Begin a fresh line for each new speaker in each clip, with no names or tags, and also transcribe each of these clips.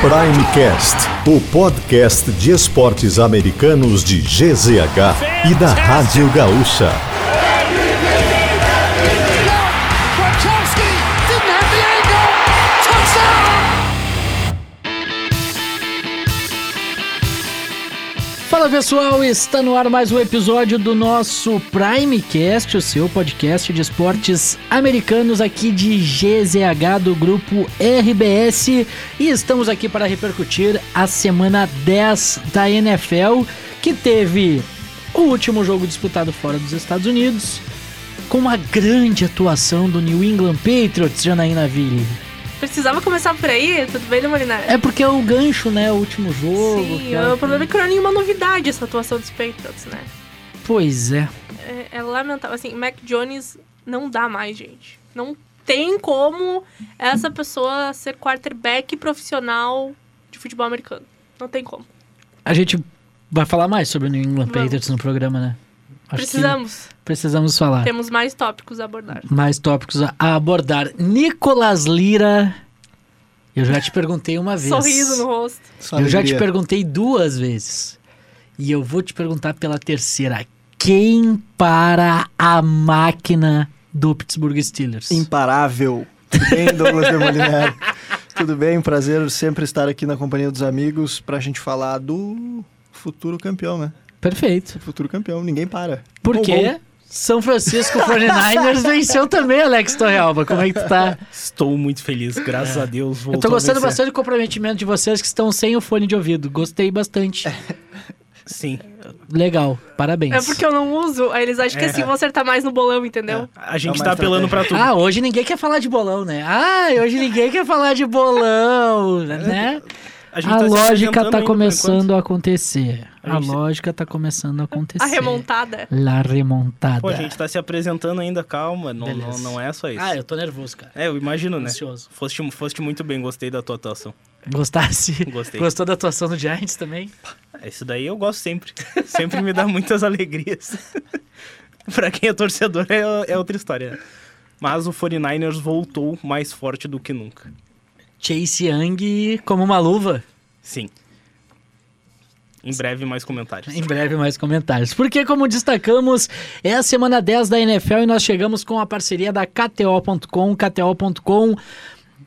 Primecast, o podcast de esportes americanos de GZH e da Rádio Gaúcha.
Gronkowski didn't have the angle. Touchdown!
Fala pessoal, está no ar mais um episódio do nosso Primecast, o seu podcast de esportes americanos aqui de GZH do grupo RBS. E estamos aqui para repercutir a semana 10 da NFL, que teve o último jogo disputado fora dos Estados Unidos, com uma grande atuação do New England Patriots, Janaína Ville.
Precisava começar por aí? Tudo bem, Lumarina?
É porque é o gancho, né? O último jogo.
Sim,
aquela-
o problema é que não é nenhuma novidade essa atuação dos Patriots, né?
Pois é.
É, é lamentável. Assim, Mac Jones não dá mais, gente. Não tem como essa pessoa ser quarterback profissional de futebol americano. Não tem como.
A gente vai falar mais sobre o New England
Vamos.
Patriots no programa, né? Acho
Precisamos.
que precisamos falar.
Temos mais tópicos a abordar.
Mais tópicos a a abordar. Nicolas Lira. Eu já te perguntei uma vez.
Sorriso no rosto.
Eu já te perguntei duas vezes. E eu vou te perguntar pela terceira. Quem para a máquina do Pittsburgh Steelers?
Imparável. Tudo bem, Douglas Demoliner? Tudo bem, prazer sempre estar aqui na companhia dos amigos pra gente falar do futuro campeão, né?
Perfeito.
Futuro campeão, ninguém para. Bom, bom.
Porque São Francisco 49ers venceu também, Alex Torrealba. Como é que tu tá?
Estou muito feliz, graças a Deus.
Eu tô gostando bastante do comprometimento de vocês que estão sem o fone de ouvido. Gostei
É.
bastante.
Sim.
Legal. Parabéns.
É porque eu não uso. Aí eles
É.
acham que assim vão acertar mais no bolão, entendeu?
A gente
É uma
tá apelando pra tudo.
Ah, hoje ninguém quer falar de bolão, né? Ah, hoje ninguém quer falar de bolão, né?
A, gente
A
tá se
lógica
sustentando
tá
ainda por enquanto.
começando a acontecer.
A
A
gente-
lógica tá começando a acontecer.
A remontada.
La remontada.
Pô, a gente tá se apresentando ainda, calma. Não, não,
Beleza.
não é só isso.
Ah, eu tô nervoso, cara.
É, eu imagino, né?
Ansioso.
Foste, foste muito bem, gostei da tua atuação.
Gostasse?
Gostei.
Gostou da atuação do Giants também?
Isso daí eu gosto sempre. sempre me dá muitas alegrias. pra quem é torcedor é, é outra história. né? Mas o 49ers voltou mais forte do que nunca.
Chase Young como uma luva.
Sim. Em breve, mais comentários.
Em breve mais comentários. Porque, como destacamos, é a semana 10 da NFL e nós chegamos com a parceria da KTO.com, KTO.com,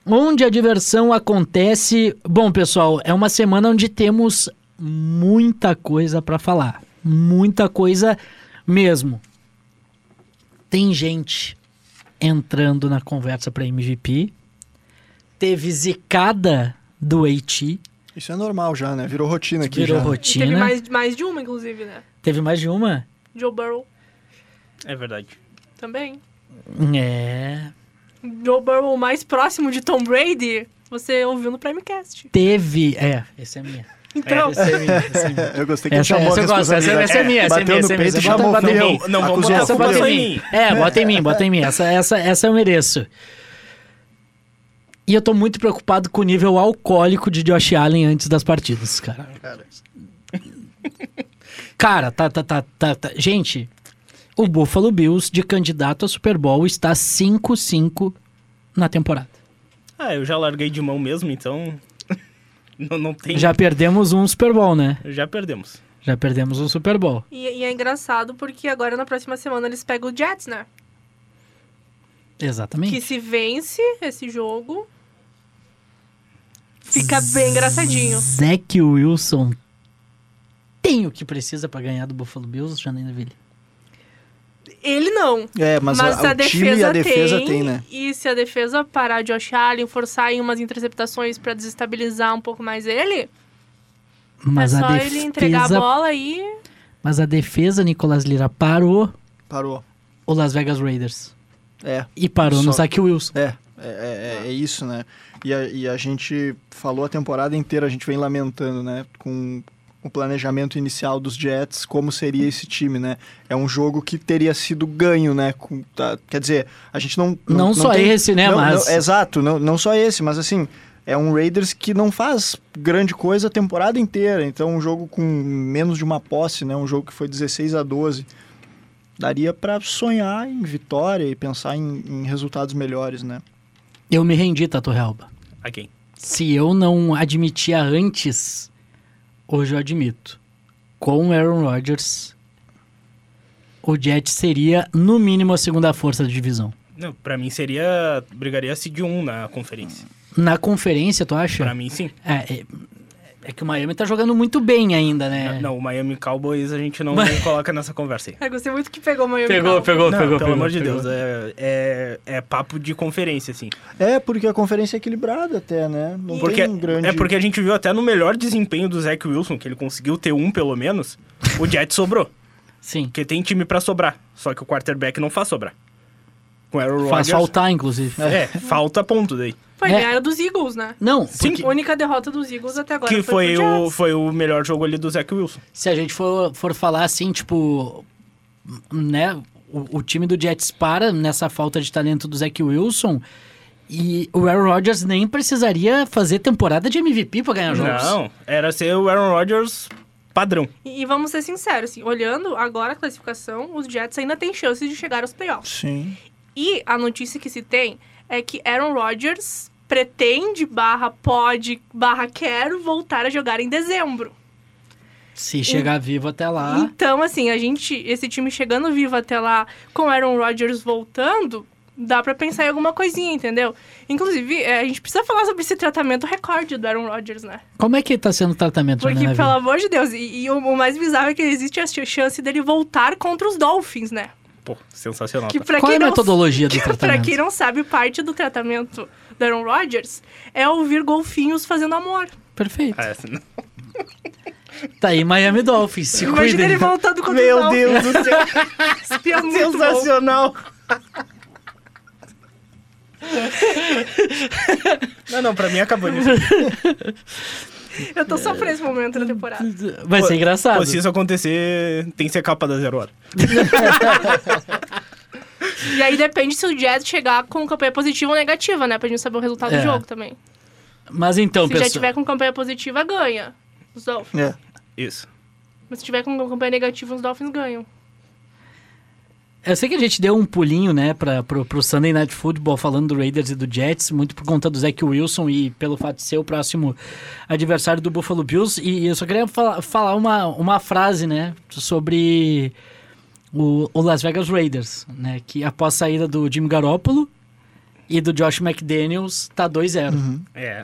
onde a diversão acontece. Bom, pessoal, é uma semana onde temos muita coisa para falar. Muita coisa mesmo. Tem gente entrando na conversa para MVP. Teve zicada do Eiti,
Isso é normal já, né? Virou rotina aqui
virou
já.
E teve
rotina.
mais, mais de uma, inclusive, né?
Teve mais de uma?
Joe Burrow
É verdade.
também.
É.
Joe Burrow mais próximo de Tom Brady, você ouviu no Primecast.
Teve. É, essa é minha.
Então,
Essa é minha. Essa é minha.
Eu gostei que ele
Essa-
chamou
essa
a
eu gosto, essa-
responsabilidade.
essa é minha, essa é
Bateu
minha,
no
essa é minha,
peito,
essa
chamou
bota-
o
bota-
fio.
Não, não, vamos
Acusou
botar
o
Essa
Não,
fio.
bota
não,
em mim.
não.
É, bota em mim, bota em mim. Essa, essa, essa eu mereço. E eu tô muito preocupado com o nível alcoólico de Josh Allen antes das partidas, cara. Cara, tá, tá, tá, tá, tá. Gente, o Buffalo Bills de candidato a Super Bowl está 5-5 na temporada.
Ah, eu já larguei de mão mesmo, então. não, não tem.
Já perdemos um Super Bowl, né?
já perdemos.
Já perdemos um Super Bowl.
e, e é engraçado porque agora na próxima semana eles pegam o Jets, né?
Exatamente.
Que se vence esse jogo, fica bem engraçadinho.
Zack Wilson tem o que precisa pra ganhar do Buffalo Bills, Janaína Ville.
Ele não.
É, mas,
Mas,
a,
a,
o time e
defesa,
a defesa tem, né?
E se a defesa parar de Josh Allen, forçar em umas interceptações pra desestabilizar um pouco mais ele,
Mas
é só
a
ele entregar a
defesa,
bola e
mas a defesa Nicolas Lira parou
Parou.
o Las Vegas Raiders
É,
e parou no
Só-
Zack Wilson.
É, é, é- é isso, né? E a, e a gente falou a temporada inteira, a gente vem lamentando, né? Com o planejamento inicial dos Jets, como seria esse time, né? É um jogo que teria sido ganho, né? com- tá- quer dizer, a gente não...
Não só esse, né, mas-
exato, não, não só esse, mas assim... É um Raiders que não faz grande coisa a temporada inteira. Então, um jogo com menos de uma posse, né? Um jogo que foi 16 a 12 daria para sonhar em vitória e pensar em, em resultados melhores, né?
Eu me rendi, Tato Helba.
A quem?
se eu não admitia antes, hoje eu admito. Com o Aaron Rodgers, o Jets seria, no mínimo, a segunda força da divisão.
Não, pra mim seria. Brigaria seed 1 na conferência.
Na conferência, tu acha?
Pra mim, sim.
É, é, é que o Miami tá jogando muito bem ainda, né?
Não, o Miami Cowboys a gente não
Mas-
coloca nessa conversa aí.
Eu gostei muito que pegou o Miami
Pegou,
Dolphins.
pegou,
Não,
pegou.
pelo amor de Deus, é, é, é papo de conferência, assim.
É, porque a conferência é equilibrada até, né? Não
Porque,
tem grande...
É porque a gente viu até no melhor desempenho do Zach Wilson, que ele conseguiu ter um pelo menos, o Jets sobrou.
Sim.
Porque tem time pra sobrar, só que o quarterback não faz sobrar. Com o
é
Aaron
Faz
Rodgers...
faltar, inclusive.
É, falta ponto daí.
Foi
É.
ganharam dos Eagles, né?
Não,
Sim.
porque
A única derrota dos Eagles até agora
que foi
foi, pro
o,
Jets.
foi o melhor jogo ali do Zach Wilson.
se a gente for, for falar assim, tipo, né, o, o time do Jets para nessa falta de talento do Zach Wilson e o Aaron Rodgers nem precisaria fazer temporada de MVP pra ganhar É, jogos.
Não, era ser o Aaron Rodgers padrão.
E, e vamos ser sinceros, assim, olhando agora a classificação, os Jets ainda têm chance de chegar aos playoffs.
Sim.
E a notícia que se tem é que Aaron Rodgers pretende, barra pode, barra quero voltar a jogar em dezembro.
Se chegar vivo até
Ah.
lá,
Então, assim, a gente, esse time chegando vivo até lá, com Aaron Rodgers voltando, dá pra pensar em alguma coisinha, entendeu? Inclusive, é, a gente precisa falar sobre esse tratamento recorde do Aaron Rodgers, né?
como é que tá sendo o tratamento,
Porque,
Janavi?
pelo amor de Deus, e, e o, o mais bizarro é que existe a ch- chance dele voltar contra os Dolphins, né?
Pô, sensacional.
Que
tá?
pra
Qual é
quem
a
não-
metodologia do
que Pra
tratamento?
quem não sabe, parte do tratamento do Aaron Rodgers é ouvir golfinhos fazendo amor.
Perfeito.
Ah, essa-
Tá aí Miami Dolphins, se
Imagina
cuidem.
ele voltando contra os
Meu
Dolphins.
Deus do céu,
Seria muito bom.
sensacional. Não, não, pra mim acabou nisso.
Eu tô só pra esse momento da temporada.
Vai ser engraçado.
Pô, se isso acontecer, tem que ser capa da zero hora.
E aí depende se o Jets chegar com campanha positiva ou negativa, né? Pra gente saber o resultado
É.
do jogo também.
Mas então,
se já
pessoal,
tiver com campanha positiva, ganha. Os Dolphins.
É.
Isso.
Mas se tiver com campanha negativa, os Dolphins ganham.
eu sei que a gente deu um pulinho, né, pra, pro, pro Sunday Night Football falando do Raiders e do Jets, muito por conta do Zach Wilson e pelo fato de ser o próximo adversário do Buffalo Bills. E eu só queria fala- falar uma, uma frase, né, sobre o, o Las Vegas Raiders, né, que após a saída do Jim Garoppolo e do Josh McDaniels, tá 2-0.
É.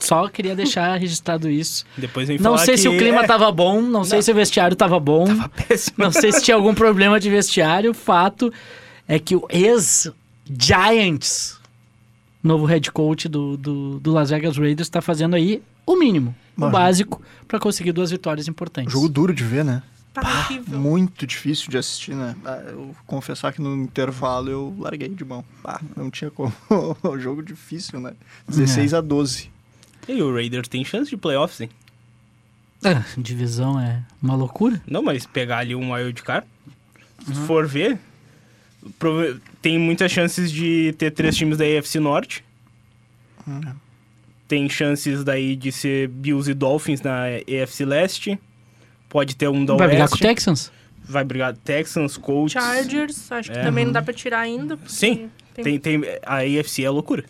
Só queria deixar registrado isso.
Depois vem
Não
falar
sei
que
se o clima tá-
é,
tava bom, não, sei se o vestiário tava bom.
tava péssimo.
Não sei se tinha algum problema de vestiário. O fato é que o ex-Giants, novo head coach do, do, do Las Vegas Raiders, está fazendo aí o mínimo, o
Mano.
básico, para conseguir duas vitórias importantes.
Jogo duro de ver, né?
Tá horrível.
Muito difícil de assistir, né? Ah, Eu confessar que no intervalo eu larguei de mão. Ah, não tinha como. É um jogo difícil, né? 16 a 12.
E o Raiders tem chance de playoffs, hein?
Ah, divisão é uma loucura.
Não, mas pegar ali um wild card, se for ver, prova- tem muitas chances de ter três times da AFC Norte.
Uhum.
Tem chances daí de ser Bills e Dolphins na AFC Leste. Pode ter um da
Vai brigar com o
Oeste.
Texans?
Vai brigar Texans, Colts.
Chargers, acho que
É.
também não dá pra tirar ainda. porque
Sim, Tem, tem, a AFC é loucura.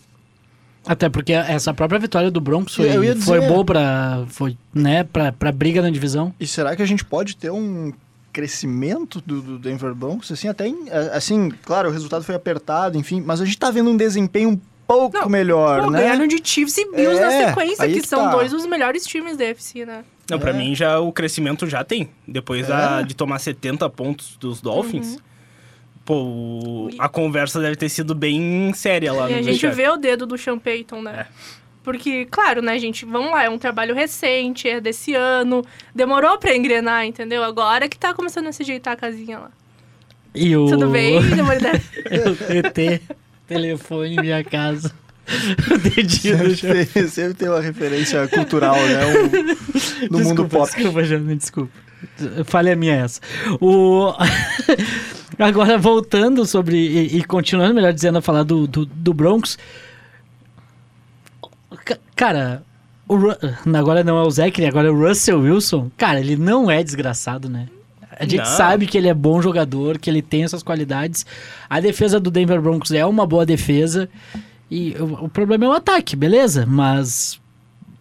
Até porque essa própria vitória do Broncos foi,
Eu ia
foi
dizer.
boa para foi, né, pra, pra briga na divisão.
E será que a gente pode ter um crescimento do, do Denver Broncos? Assim, até em- a- assim, claro, o resultado foi apertado, enfim, mas a gente tá vendo um desempenho um pouco
Não,
melhor,
Pô,
né?
ganharam de Chiefs e Bills
É,
na sequência,
aí
que
que
são
tá.
dois dos melhores times da FC, né?
Não, pra
É.
mim já o crescimento já tem. Depois da-
É.
de tomar 70 pontos dos
Uhum.
Dolphins, pô, o- a conversa deve ter sido bem séria lá Tá
E
no É.
a gente
vestiário.
vê o dedo do Sean Payton, né? Porque, claro, né, gente, vamos lá, é um trabalho recente, é desse ano, demorou pra engrenar, entendeu? Agora que tá começando a se ajeitar a casinha lá.
E
Uh.
o...
Tudo bem? Demorou
TT, telefone, minha casa. O dedinho do chão.
Sempre tem- Sempre tem uma referência cultural, né? Um- no mundo
desculpa,
pop.
Desculpa, Jana, desculpa. Falha minha é essa. O... Agora, voltando sobre. E, e continuando, melhor dizendo, a falar do, do, do Broncos. Ca- Cara, o Ru- agora não é o Zachary, agora é o Russell Wilson. Cara, ele não é desgraçado, né? A gente
Não.
sabe que ele é bom jogador, que ele tem essas qualidades. A defesa do Denver Broncos é uma boa defesa. E o, o problema é o ataque, beleza? Mas,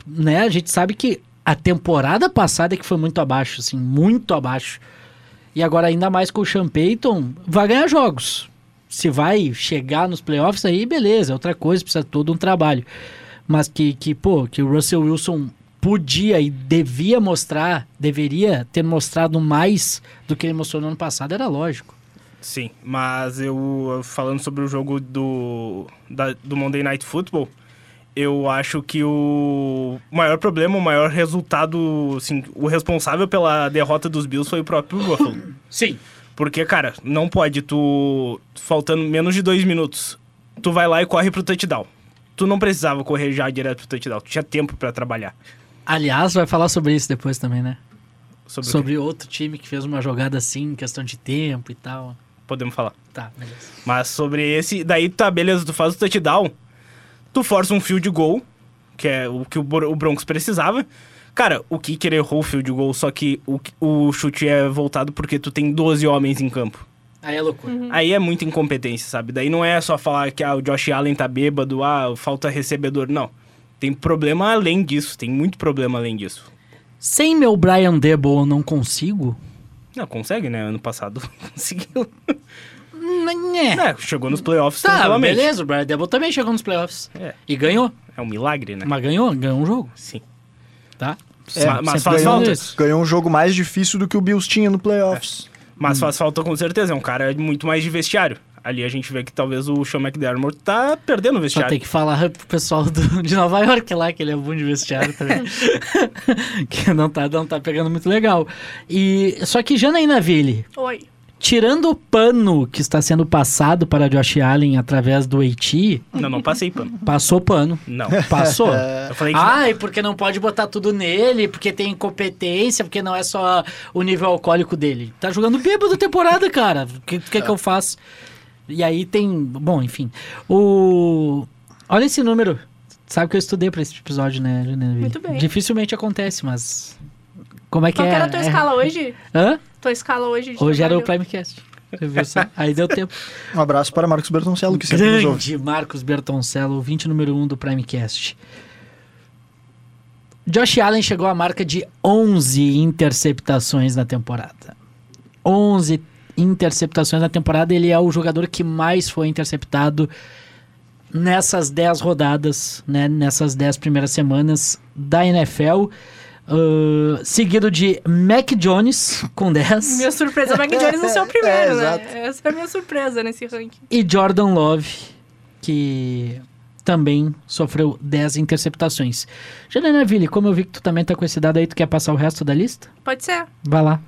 né, a gente sabe que a temporada passada que foi muito abaixo, assim, muito abaixo. E agora ainda mais com o Sean Payton, vai ganhar jogos. Se vai chegar nos playoffs aí, beleza, é outra coisa, precisa de todo um trabalho. Mas que, que, pô, que o Russell Wilson podia e devia mostrar, deveria ter mostrado mais do que ele mostrou no ano passado, era lógico.
Sim, mas eu falando sobre o jogo do, da- do Monday Night Football, eu acho que o maior problema, o maior resultado, assim, o responsável pela derrota dos Bills foi o próprio Buffalo.
Sim.
Porque, cara, não pode, tu faltando menos de dois minutos, tu vai lá e corre pro touchdown. Tu não precisava correr já direto pro touchdown, tu tinha tempo pra trabalhar.
Aliás, vai falar sobre isso depois também, né?
Sobre, o que
Sobre outro time que fez uma jogada assim, em questão de tempo e tal.
podemos falar.
Tá, beleza.
Mas sobre esse, daí tá, beleza, tu faz o touchdown, tu força um field goal, que é o que o Bro- o Broncos precisava. Cara, o kicker errou o field goal, só que o, o chute é voltado porque tu tem 12 homens em campo.
Aí é loucura.
Aí é muita incompetência, sabe? Daí não é só falar que ah, o Josh Allen tá bêbado, ah, falta recebedor. Não. Tem problema além disso, tem muito problema além disso.
Sem meu Brian Debo eu não consigo?
Não, consegue, né? Ano passado conseguiu.
Né.
É, chegou nos playoffs
Tá,
tranquilamente.
beleza, o Brian Debo também chegou nos playoffs.
É.
E ganhou.
É um milagre, né?
Mas ganhou, ganhou um jogo,
Sim.
tá?
É,
Sempre-
mas
sempre
faz
ganhando
falta.
isso.
Ganhou um jogo mais difícil do que o Bills tinha no playoffs.
Mas faz falta com certeza, é um cara muito mais de vestiário. Ali a gente vê que talvez o Sean McDermott tá perdendo o
Só
vestiário.
tem que falar pro pessoal do- de Nova York lá, que ele é bom de vestiário também. que não tá, não tá pegando muito legal. E, só que Janaína Ville,
Oi.
tirando o pano que está sendo passado para Josh Allen através do Eiti,
Não, não passei pano.
passou pano.
Não.
Passou.
Eu falei que
Ah, e porque não pode botar tudo nele, porque tem incompetência, porque não é só o nível alcoólico dele. Tá jogando bêbado a temporada, cara. O que, que é que eu faço? E aí tem. Bom, enfim. O. Olha esse número. Sabe que eu estudei pra esse episódio, né, Janine?
Muito bem.
Dificilmente acontece, mas. Como é que
Qual
é?
que era a tua
é...
escala hoje?
Hã?
Tua escala hoje de
Hoje era o
trabalho?
Primecast. Você viu só? Aí deu tempo.
Um abraço para Marcos Bertoncello, que sempre nos ouve.
É. Grande Marcos Bertoncello, 20 número 1 do Primecast. Josh Allen chegou à marca de 11 interceptações na temporada. 11 interceptações na temporada, ele é o jogador que mais foi interceptado nessas 10 rodadas, né, nessas 10 primeiras semanas da NFL. Ahn, seguido de Mac Jones com 10.
Minha surpresa, Mac Jones não ser o
É,
primeiro,
exato.
né? Essa é a minha surpresa nesse ranking.
E Jordan Love, que também sofreu 10 interceptações. Janina Ville, como eu vi que tu também tá com esse dado aí, tu quer passar o resto da lista?
Pode ser.
Vai lá.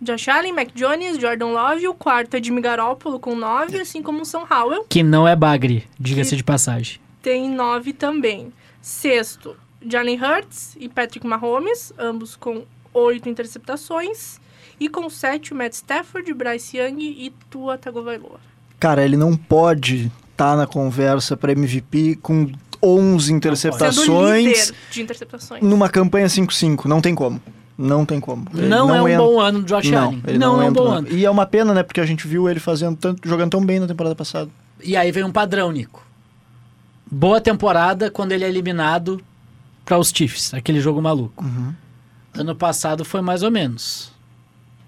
Josh Allen, Mac Jones, Jordan Love, o quarto é Jimmy Garoppolo com nove, assim como o Sam Howell,
Que não é bagre, diga-se de passagem.
tem nove também. Sexto, Jalen Hurts e Patrick Mahomes, ambos com oito interceptações. E com sete, o Matt Stafford, Bryce Young e Tua Tagovailoa.
Cara, ele não pode estar na conversa para MVP com 11
Sendo o líder
interceptações
de interceptações.
numa campanha 5-5. Não tem como. Não tem como. Ele
Não, é um
entra-
bom ano do Josh
Não,
Allen.
ele
Não,
não,
é um
entra
bom
na-
ano.
E é uma pena, né? Porque a gente viu ele fazendo tanto, jogando tão bem na temporada passada.
E aí vem um padrão, Nico. Boa temporada quando ele é eliminado para os Chiefs, aquele jogo maluco.
Uhum.
Ano passado foi mais ou menos.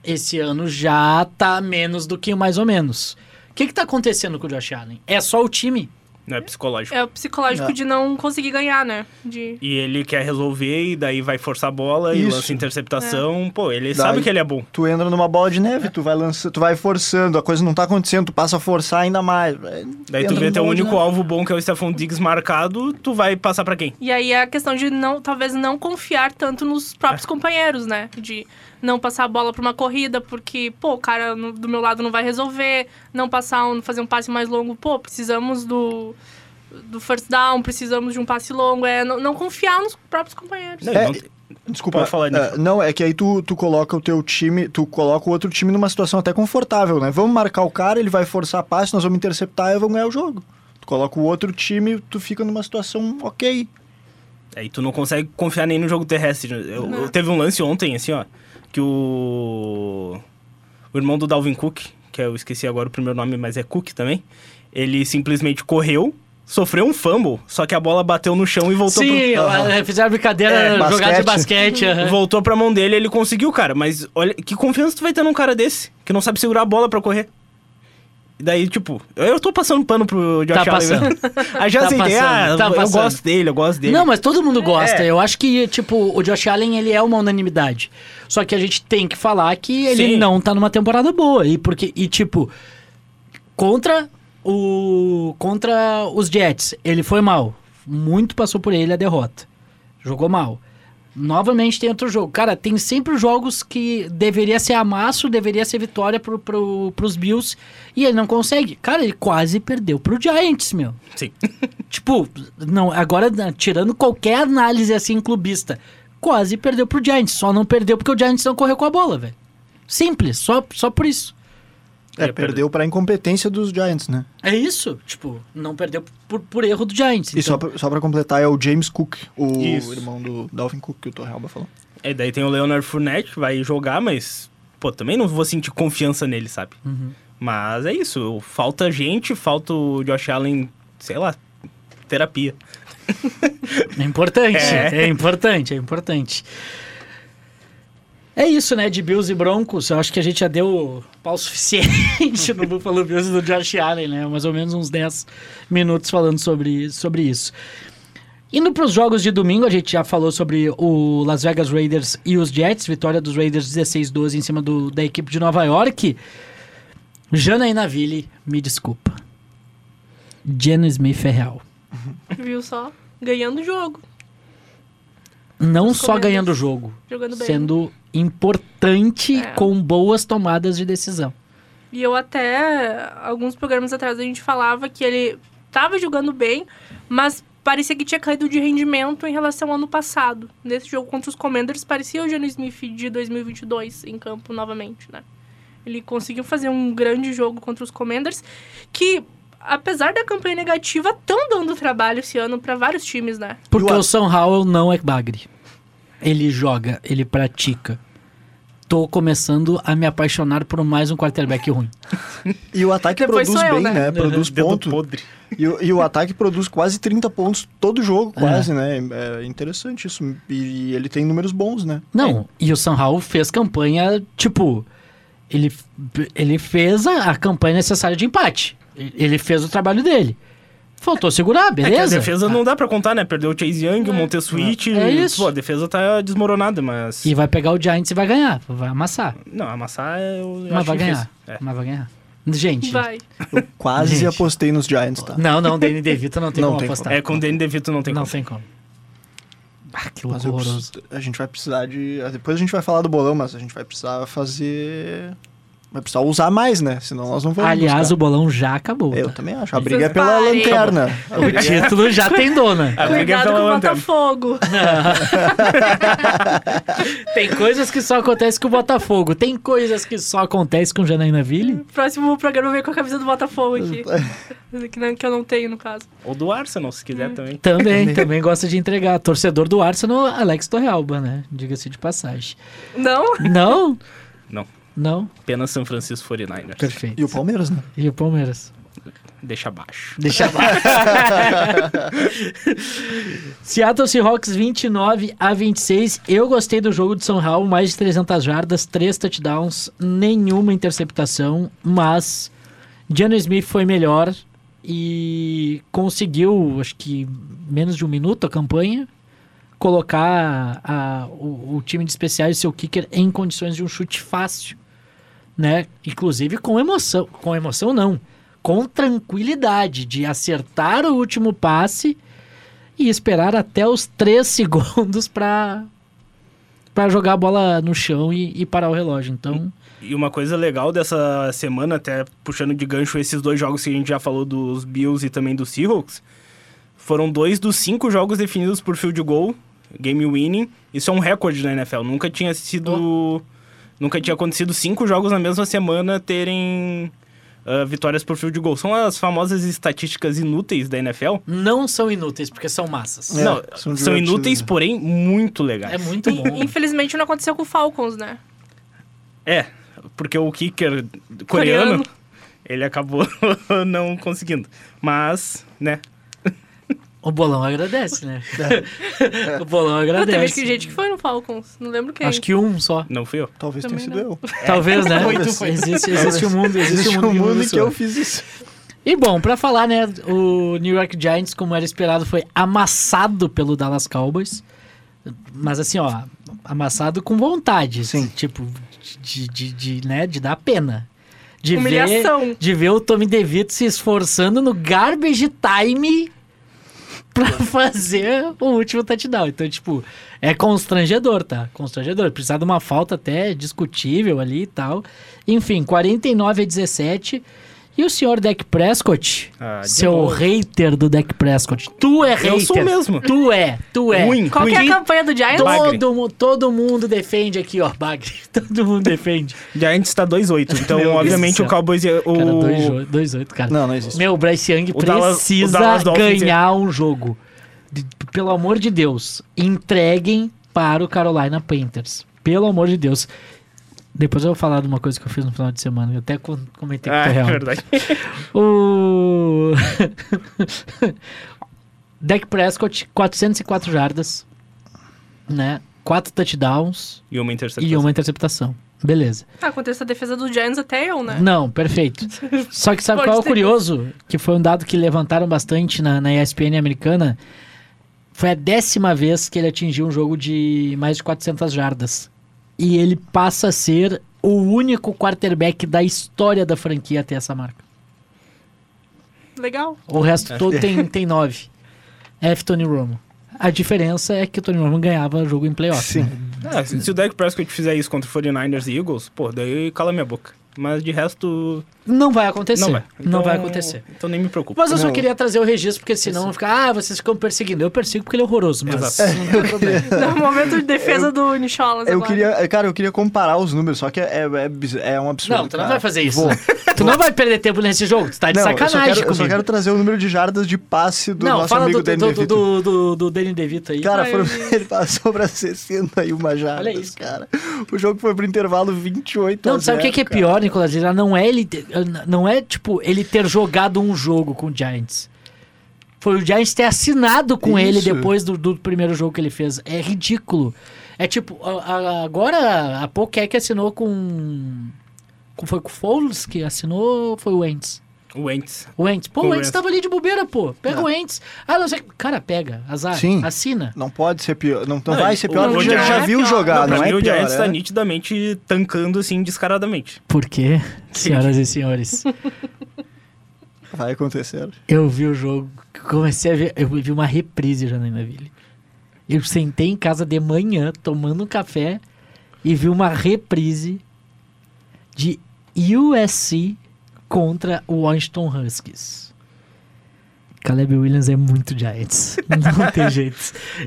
Esse ano já tá menos do que mais ou menos. O que que tá acontecendo com o Josh Allen? É só o time?
não é psicológico.
É o psicológico
Não.
de não conseguir ganhar, né? De...
E ele quer resolver e daí vai forçar a bola e
Isso.
lança interceptação. Pô, ele
Daí-
sabe que ele é bom.
Tu entra numa bola de
É.
neve, tu vai lançando, tu vai forçando, a coisa não tá acontecendo, tu passa a forçar ainda mais.
Daí tu vê teu único alvo bom que é o Stephon Diggs marcado, tu vai passar pra quem?
E aí é a questão de não, talvez não confiar tanto nos próprios companheiros, né? De não passar a bola pra uma corrida, porque, pô, o cara no- do meu lado não vai resolver, não passar um, fazer um passe mais longo, pô, precisamos do, do first down, precisamos de um passe longo. É não, não confiar nos próprios companheiros.
Não,
É,
não tem-
Desculpa,
Pode falar, Nico.
é, não, é que aí tu, tu coloca o teu time, tu coloca o outro time numa situação até confortável, né? Vamos marcar o cara, ele vai forçar a passe, nós vamos interceptar e vamos ganhar o jogo. Tu coloca o outro time, tu fica numa situação ok.
Aí tu não consegue confiar nem no jogo terrestre. Eu, eu- teve um lance ontem, assim, ó, que o. O irmão do Dalvin Cook, que eu esqueci agora o primeiro nome, mas é Cook também, ele simplesmente correu sofreu um fumble, só que a bola bateu no chão e voltou
Sim, é.
pro...
ela- Ah, fizeram brincadeira,
É,
jogada de
basquete.
basquete. aham.
Voltou pra mão dele, ele conseguiu, cara. Mas olha, que confiança tu vai ter num cara desse? Que não sabe segurar a bola pra correr. E daí, tipo, eu tô passando pano pro Josh
Tá
Allen. né?
passando.
Aí já
Tá
aceitei,
passando,
ah,
tá
eu
passando.
gosto dele, eu gosto dele.
Não, mas todo mundo gosta.
É.
Eu acho que, tipo, o Josh Allen, ele é uma unanimidade. Só que a gente tem que falar que ele
Sim.
não tá numa temporada boa. E, porque, e tipo, contra o contra os Jets, ele foi mal. Muito passou por ele a derrota. Jogou mal. Novamente tem outro jogo. Cara, tem sempre jogos que deveria ser amasso, deveria ser vitória pro, pro, pros Bills, e ele não consegue. Cara, ele quase perdeu pro Giants, meu.
Sim.
Tipo, não, agora né, tirando qualquer análise assim clubista, quase perdeu pro Giants, só não perdeu porque o Giants não correu com a bola, velho. Simples, só, só por isso.
É, perdeu pra incompetência dos Giants, né?
É isso, tipo, não perdeu por, por erro do Giants.
E só
então.
pra, só pra completar, é o James Cook, o
Isso.
irmão do Dalvin Cook que o Torrealba falou.
E É, daí tem o Leonard Fournette, vai jogar, mas, pô, também não vou sentir confiança nele, sabe?
Uhum.
Mas é isso, falta gente, falta o Josh Allen, sei lá, terapia.
É importante, é.
É.
importante, é importante. É isso, né, de Bills e Broncos. Eu acho que a gente já deu pau suficiente no Buffalo Bills e do Josh Allen, né? Mais ou menos uns 10 minutos falando sobre, sobre isso. Indo para os jogos de domingo, a gente já falou sobre o Las Vegas Raiders e os Jets, vitória dos Raiders 16-12 em cima do, da equipe de Nova York. Janaína Ville, me desculpa. Jenna Smith é real.
Viu só? Ganhando o jogo.
Não
Os
só
comandos.
ganhando o jogo,
Jogando bem.
sendo importante
É.
com boas tomadas de decisão.
E eu até, alguns programas atrás, a gente falava que ele tava jogando bem, mas parecia que tinha caído de rendimento em relação ao ano passado. Nesse jogo contra os Commanders, parecia o Geno Smith de 2022 em campo novamente, né? Ele conseguiu fazer um grande jogo contra os Commanders, que, apesar da campanha negativa, estão dando trabalho esse ano para vários times, né?
Porque
E o-
o São Howell não é bagre. Ele joga, ele pratica. Tô começando a me apaixonar por mais um quarterback ruim.
E o ataque
Depois
produz
sou eu, né?
bem, né? Produz
Dedo
ponto.
podre.
E, o- e o ataque produz quase 30 pontos todo jogo, quase, né? É interessante isso. E, ele tem números bons, né?
Não, e o São Howell fez campanha, tipo, ele, ele fez a, a campanha necessária de empate. Ele fez o trabalho dele. Faltou
É
segurar,
que a
beleza? Tá.
defesa não dá pra contar, né? Perdeu o Chase Young, o Montessuit.
É isso.
Pô, a defesa tá desmoronada, mas...
E vai pegar o Giants e vai ganhar, vai amassar.
Não, amassar eu
Mas
acho
vai ganhar.
difícil. É.
Mas vai ganhar. Gente,
Vai.
Eu quase
Gente.
apostei nos Giants, tá?
Não, não, Danny DeVito não tem
Não
como
tem
apostar.
É, com o Danny DeVito não tem
não
como.
tem como. Ah, que
Mas
louco
eu
horroroso.
preciso- a gente vai precisar de. Depois a gente vai falar do bolão, mas a gente vai precisar fazer. Vai precisar usar mais, né? Senão nós não vamos.
Aliás,
buscar.
o bolão já acabou.
Eu
tá?
também acho. A briga é pela
Parem.
lanterna. A
O
briga é-
título já tem dona.
Ah, peguei
Cuidado
pela
com o
lanterna.
Botafogo.
Tem coisas que só acontecem com o Botafogo. Tem coisas que só acontecem com Janaína Ville.
Próximo programa vem com a camisa do Botafogo aqui. que, não- que eu não tenho, no caso.
Ou do Arsenal, se quiser
Hum.
também.
Também, também gosta de entregar. Torcedor do Arsenal, Alex Torrealba, né? Diga-se de passagem.
Não?
Não?
Não.
Não?
Apenas São Francisco 49ers.
Perfeito.
E o Palmeiras, né?
E o Palmeiras?
Deixa abaixo.
Deixa lá. Seattle Seahawks 29 a 26. Eu gostei do jogo de São Raul, mais de 300 jardas, 3 touchdowns, nenhuma interceptação, mas Jano Smith foi melhor e conseguiu, acho que menos de um minuto a campanha, colocar a- o, o time de especiais e seu kicker em condições de um chute fácil, né? Inclusive com emoção, com emoção não, com tranquilidade de acertar o último passe e esperar até os três segundos para para jogar a bola no chão e, e parar o relógio. Então,
E uma coisa legal dessa semana, até puxando de gancho esses dois jogos que a gente já falou dos Bills e também dos Seahawks, foram dois dos cinco jogos definidos por field goal, game winning. Isso é um recorde na NFL. Nunca tinha
Oh.
sido... Nunca tinha acontecido cinco jogos na mesma semana terem ah, vitórias por field goal. São as famosas estatísticas inúteis da NFL.
não são inúteis porque são massas.
É,
Não, são,
são divertidas,
inúteis,
né?
porém muito legais.
É muito bom.
Infelizmente não aconteceu com o Falcons, né?
É, porque o kicker coreano,
Coreano.
ele acabou não conseguindo. Mas, né,
O bolão agradece, né?
É.
o bolão agradece.
Teve que gente que foi no Falcons, não lembro quem.
Acho que um só.
Não fui eu.
Talvez tenha
Também
sido
não.
eu.
Talvez, né?
Foi, tu foi.
Existe, existe um mundo, existe,
É. Existe
um mundo,
um mundo em que
que
eu fiz isso.
E bom, pra falar, né, o New York Giants, como era esperado, foi amassado pelo Dallas Cowboys. Mas assim, ó, amassado com vontade.
Sim.
Tipo, de, de, de, né, de dar pena. De Ver,
Humilhação.
de ver o Tommy DeVito se esforçando no garbage time pra fazer o último touchdown. Então, tipo, é constrangedor, tá? Constrangedor. Precisar de uma falta até discutível ali e tal. Enfim, 49 a 17. E o senhor Dak Prescott,
Ah, de
seu
novo.
hater do Dak Prescott. Tu é hater.
Eu sou mesmo.
Tu é, tu é.
Ruim,
Qual que é a
ruim.
campanha do Giants?
Bagre.
Todo, mu- todo mundo defende aqui, ó, Bagre. Todo mundo defende.
Giants tá 2-8.
Meu
Então,
Deus do
obviamente,
céu.
o Cowboys ia. O...
Cara, 2-8, dois, oito, cara.
Não, não existe.
Meu, o Bryce Young
O Dallas-
precisa
o Dallas Dolphins é-
ganhar um jogo. De- Pelo amor de Deus, entreguem para o Carolina Panthers. Pelo amor de Deus. Depois eu vou falar de uma coisa que eu fiz no final de semana. Eu até con- comentei com
Ah,
o
é
real.
verdade.
O. Dak Prescott, 404 jardas, né? Quatro touchdowns
E uma
e
interceptação.
uma interceptação. Beleza.
Ah, contra essa defesa do Giants até eu, né?
Não, perfeito. Só que sabe
Pode
qual é o
ter.
curioso? Que foi um dado que levantaram bastante na, na ESPN americana. Foi a décima vez que ele atingiu um jogo de mais de 400 jardas. E ele passa a ser o único quarterback da história da franquia a ter essa marca.
Legal.
O resto todo tem, tem nove. F. Tony Romo. A diferença é que o Tony Romo ganhava jogo em playoff.
Sim.
né?
Ah, se, se o Dak Prescott fizer isso contra o 49ers e Eagles, pô, daí cala minha boca. Mas de resto,
Não vai acontecer.
não vai. Então-
vai acontecer.
Então nem me preocupo.
Mas eu só
Não.
queria trazer o registro, porque senão fica, ah, vocês ficam perseguindo. Eu persigo porque ele é horroroso, mas
Exato.
não tem problema.
No um momento de defesa do Nicholas
Eu
agora.
queria, cara, eu queria comparar os números, só que é, é bis- é um absurdo.
Não, tu não
cara.
vai fazer isso.
Vou.
Tu não vai perder tempo nesse jogo, tu tá de
Não, eu só,
sacanagem
quero, eu só
comigo.
quero trazer o número de jardas de passe do
não,
nosso
fala
amigo
do,
Danny
do, do,
DeVito.
do, do, do Danny DeVito aí.
Cara,
Ai,
foram-
meu Deus.
ele passou pra 61 jardas,
Olha isso.
cara. O jogo foi pro intervalo 28
Não,
a
tu sabe o que,
0,
que é
cara.
pior, Nicolas? Ele Não é ele. ter- Não é, tipo, ele ter jogado um jogo com o Giants. Foi o Giants ter assinado com ele
Isso.
depois do, do primeiro jogo que ele fez. É ridículo. É tipo, a- a- agora a pouco é que assinou com. com- Foi com o Foles que assinou ou foi o Wentz?
O Ents.
O Wentz. Pô,
Foi o
o Wentz
Wentz.
tava ali de bobeira, pô. Pega
Não.
o Wentz. Ah, não sei. Cara, pega. Azar.
Sim.
Assina.
Não pode ser pior. Não, não
Não,
vai ser
o-
pior,
o
porque já,
Giants-
já viu
Não,
jogar,
pra
pra
não, é
mim,
pior.
o Giants
é.
tá nitidamente tancando, assim, descaradamente.
Por quê, senhoras e senhores?
Vai acontecer.
Eu vi o jogo, comecei a ver, eu vi uma reprise Janaína Ville. Eu sentei em casa de manhã, tomando um café, e vi uma reprise de USC contra o Washington Huskies. Caleb Williams é muito Giants. Não tem jeito.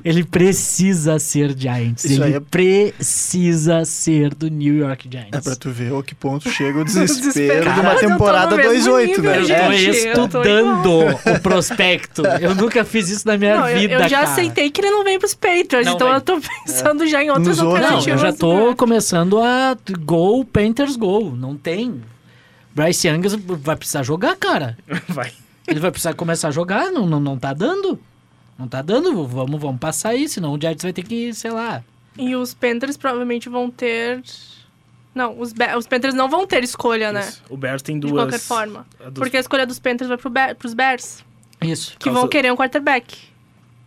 Ele precisa ser Giants.
Isso aí
Ele
é-
precisa ser do New York Giants.
É pra tu ver a que ponto chega o desespero,
desespero,
de uma
cara.
temporada
Eu tô no mesmo
2-8,
nível,
né?
Eu
gente.
tô
É.
eu tô
estudando o prospecto. Eu nunca fiz isso na minha
Não, eu-
vida,
eu, já
cara.
aceitei que ele não vem pros Patriots,
Não
então
vem.
eu tô pensando já em outras
Nos outros,
Não,
alternativas. né?
eu já tô começando a gol, Panthers gol. Não tem. Bryce Young vai precisar jogar, cara.
Vai.
Ele vai precisar começar a jogar, não, não, não tá dando. Não tá dando, vamos, vamos passar aí, senão o Giants vai ter que, sei lá.
E os Panthers provavelmente vão ter... Não, os, Be- os Panthers não vão ter escolha, né?
Isso. O Bears tem
De
duas...
qualquer forma.
a duas-
Porque a escolha dos Panthers vai pro Be pros Bears,
Isso.
que
Causa-
vão querer um quarterback.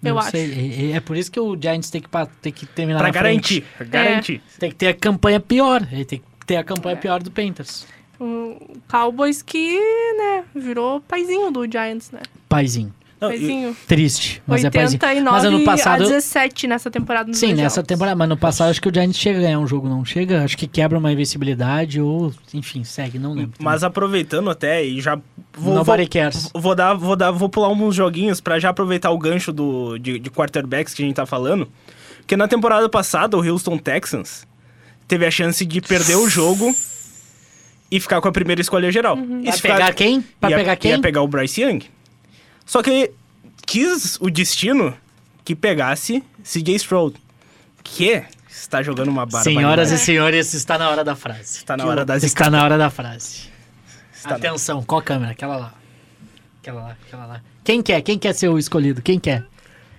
Eu
Não
acho.
sei, É, é- é por isso que o Giants tem que, pa- tem que terminar
Pra
na frente.
garantir. pra Garantir.
Tem que ter a campanha pior. Ele tem que ter a campanha
É.
pior do Panthers.
O Um Cowboys que, né, virou paizinho do Giants, né?
Paizinho.
Não, e-
Paizinho.
Triste, mas é paizinho.
89
Mas ano passado...
a 17 nessa temporada. nos
Sim,
dois
nessa
jogos.
temporada, mas no passado acho que o Giants chega a ganhar um jogo, não chega? Acho que quebra uma invencibilidade ou, enfim, segue, não lembro.
mas aproveitando até e já... Vou, vou,
Nobody cares.
vou dar, vou dar, vou pular uns joguinhos pra já aproveitar o gancho do, de, de quarterbacks que a gente tá falando. Porque na temporada passada, o Houston Texans teve a chance de perder o jogo e ficar com a primeira escolha geral. E
Pra
se ficar-
pegar quem? Pra
ia,
pegar quem?
Ia pegar o Bryce Young. Só que quis o destino que pegasse CJ Stroud, que está jogando uma barbaridade.
Senhoras e senhores, está na hora da frase.
né? Está na hora das
Está na hora da frase.
Está na-
Atenção, qual câmera? Aquela lá. Aquela lá, aquela lá. Quem quer? Quem quer ser o escolhido? Quem quer?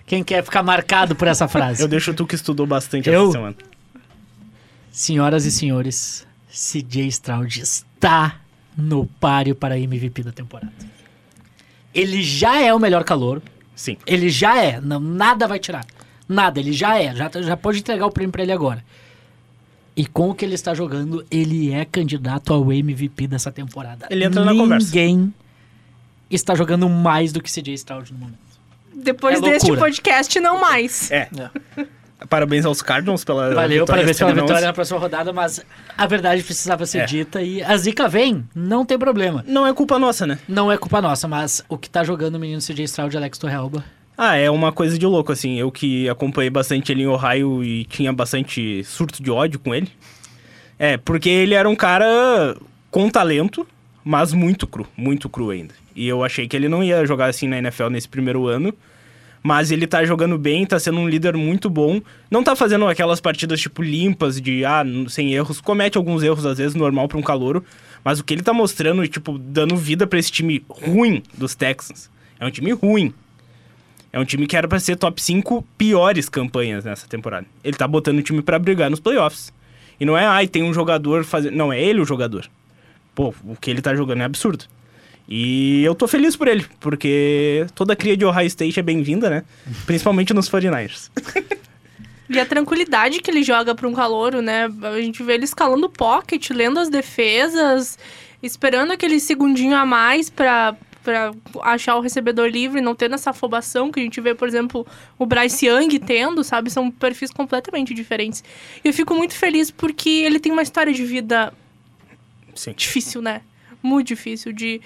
Quem quer ficar marcado por essa frase?
Eu deixo tu que estudou bastante
Eu?
essa semana.
Senhoras e senhores, CJ Stroud está no páreo para MVP da temporada. Ele já é o melhor calor.
Sim.
Ele já é. Não, nada vai tirar. Nada, ele já é. Já, já pode entregar o prêmio pra ele agora. E com o que ele está jogando, ele é candidato ao MVP dessa temporada.
Ele entra na
Ninguém
conversa.
Ninguém está jogando mais do que CJ Stroud no momento.
Depois
É
deste
loucura.
podcast, não mais.
É. Parabéns aos Cardinals pela
Valeu,
vitória
parabéns pela
sobre
vitória na
nós.
próxima rodada, mas a verdade precisava ser
É.
dita e a zica vem, não tem problema.
Não é culpa nossa, né?
Não é culpa nossa, mas o que tá jogando o menino CJ Stroud e Alex Torrealba.
Ah, é uma coisa de louco, assim. Eu que acompanhei bastante ele em Ohio e tinha bastante surto de ódio com ele. É, porque ele era um cara com talento, mas muito cru, muito cru ainda. E eu achei que ele não ia jogar assim na NFL nesse primeiro ano. Mas ele tá jogando bem, tá sendo um líder muito bom. Não tá fazendo aquelas partidas, tipo, limpas de, ah, n- sem erros. Comete alguns erros, às vezes, normal pra um calouro. Mas o que ele tá mostrando, e, tipo, dando vida pra esse time ruim dos Texans. É um time ruim. É um time que era pra ser top 5 piores campanhas nessa temporada. Ele tá botando o time pra brigar nos playoffs. E não é, ai, tem um jogador fazendo. Não, é ele o jogador. Pô, o que ele tá jogando é absurdo. E eu tô feliz por ele, porque toda cria de Ohio State é bem-vinda, né? Principalmente nos 49ers.
E a tranquilidade que ele joga pra um calouro, né? A gente vê ele escalando o pocket, lendo as defesas, esperando aquele segundinho a mais pra, pra achar o recebedor livre, não tendo essa afobação que a gente vê, por exemplo, o Bryce Young tendo, sabe? São perfis completamente diferentes. E eu fico muito feliz porque ele tem uma história de vida
Sim.
difícil, né? Muito difícil de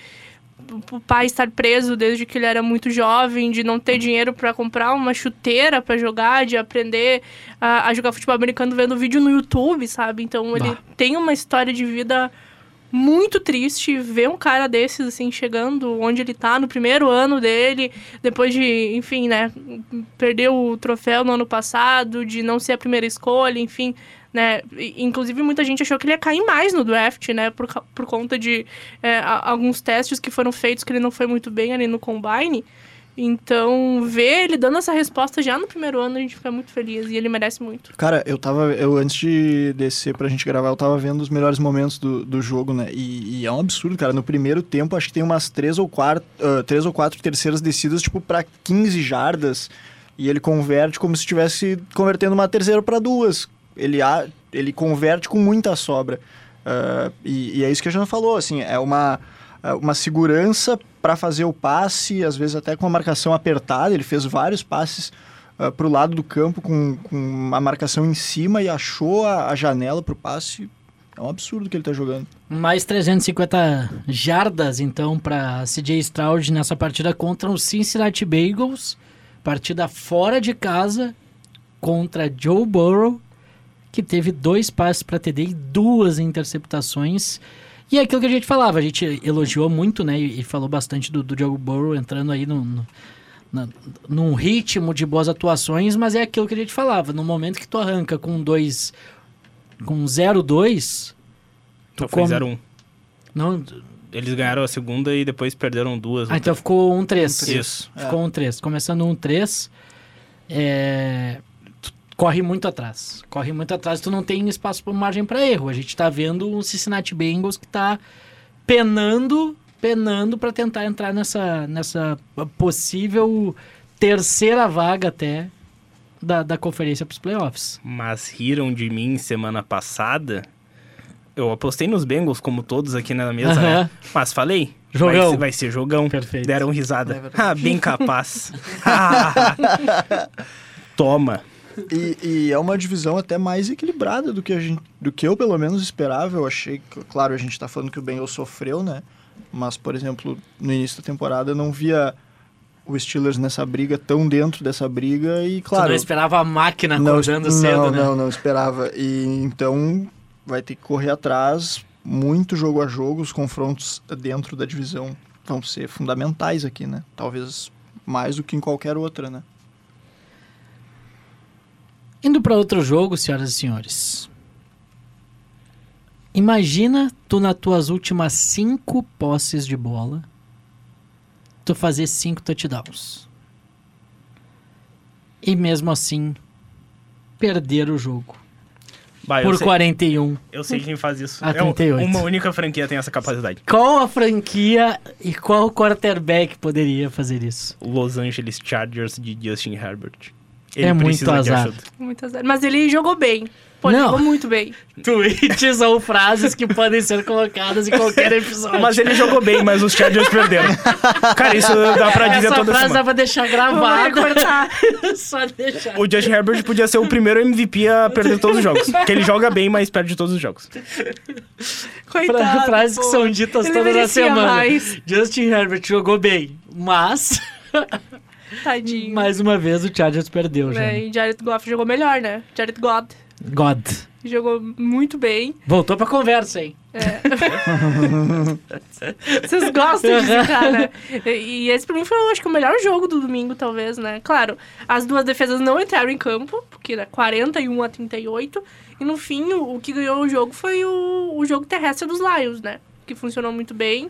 o pai estar preso desde que ele era muito jovem, de não ter dinheiro pra comprar uma chuteira pra jogar, de aprender a, a jogar futebol americano vendo vídeo no YouTube, sabe? Então ele
Bah.
tem uma história de vida muito triste ver um cara desses assim chegando onde ele tá no primeiro ano dele, depois de, enfim, né, perder o troféu no ano passado, de não ser a primeira escolha, enfim, né? E, Inclusive, muita gente achou que ele ia cair mais no draft, né? Por, ca- por conta de é, a- alguns testes que foram feitos que ele não foi muito bem ali no combine. Então, ver ele dando essa resposta já no primeiro ano, a gente fica muito feliz e ele merece muito.
Cara, eu tava. Eu, antes de descer pra gente gravar, eu tava vendo os melhores momentos do, do jogo, né? E, e é um absurdo, cara. No primeiro tempo, acho que tem umas três ou quatro, ah, três ou quatro terceiras descidas, tipo, pra 15 jardas. E ele converte como se estivesse convertendo uma terceira pra duas. Ele, a- ele converte com muita sobra. Ah, e, e é isso que a Jana falou, assim, é uma, é uma segurança pra fazer o passe, às vezes até com a marcação apertada. Ele fez vários passes ah, pro lado do campo com, com uma marcação em cima e achou a, a janela pro passe. É um absurdo que ele tá jogando.
Mais 350 jardas, então, para CJ Stroud nessa partida contra o Cincinnati Bengals. Partida fora de casa contra Joe Burrow, que teve dois passes para TD e duas interceptações. E é aquilo que a gente falava, a gente elogiou muito, né? E e falou bastante do, do Joe Burrow entrando aí no, no- na- num ritmo de boas atuações, mas é aquilo que a gente falava. No momento que tu arranca com dois. com 0-2.
Então
como?
foi 0-1.
Não,
Eles ganharam a segunda e depois perderam duas. né?
Ah, então ficou um 3.
Isso.
Ficou um 3. Começando um 3, é... tu corre muito atrás. Corre muito atrás, tu não tem espaço por margem para erro. A gente tá vendo um Cincinnati Bengals que tá penando, penando para tentar entrar nessa, nessa possível terceira vaga até da, da conferência pros playoffs.
mas riram de mim semana passada. Eu apostei nos Bengals, como todos aqui na mesa,
Aham.
né? Mas falei.
Jogão.
Vai ser, vai ser jogão.
Perfeito.
Deram risada. ah, bem capaz. Ah, Toma.
E, e é uma divisão até mais equilibrada do que, a gente, do que eu, pelo menos, esperava. Eu achei, que- claro, a gente tá falando que o Bengals sofreu, né? Mas, por exemplo, no início da temporada eu não via o Steelers nessa briga, tão dentro dessa briga. E,
tu
claro,
não esperava a máquina acordando cedo,
não,
né?
Não, não esperava. E então vai ter que correr atrás, muito jogo a jogo, os confrontos dentro da divisão vão ser fundamentais aqui, né? Talvez mais do que em qualquer outra, né?
Indo para outro jogo, senhoras e senhores. Imagina tu nas tuas últimas cinco posses de bola tu fazer cinco touchdowns. E mesmo assim, perder o jogo.
Bah, Ah, eu,
por Ah,
sei,
41.
eu sei quem faz isso.
A
É um-
38.
uma única franquia tem essa capacidade.
Qual a franquia e qual quarterback poderia fazer isso?
Los Angeles Chargers de Justin Herbert.
É muito
precisa de
azar.
ajuda.
Muito azar. Mas ele jogou bem. Pô, ele
Não.
jogou muito bem.
Tweets ou frases que podem ser colocadas em qualquer episódio.
Mas ele jogou bem, mas os Chargers perderam. Cara, isso dá pra dizer
Essa
toda
frase dá
semana.
pra deixar
Vamos
gravada.
recortar.
Só deixar.
O Justin Herbert podia ser o primeiro MVP a perder todos os jogos. Porque ele joga bem, mas perde todos os jogos.
Coitado.
Fra frases
pô.
que são ditas
Ele
toda a
merecia
semana.
mais.
Justin Herbert jogou bem, mas
Tadinho.
mais uma vez o Chargers perdeu, já.
É, e Jared Goff jogou melhor, né? Jared God
God.
jogou muito bem.
Voltou pra conversa, hein?
Vocês gostam desse cara. E, e esse pra mim foi, eu acho que, o melhor jogo do domingo, talvez, né? Claro, as duas defesas não entraram em campo, porque né, 41 a 38. E no fim, o, o que ganhou o jogo foi o, o jogo terrestre dos Lions, né? Que funcionou muito bem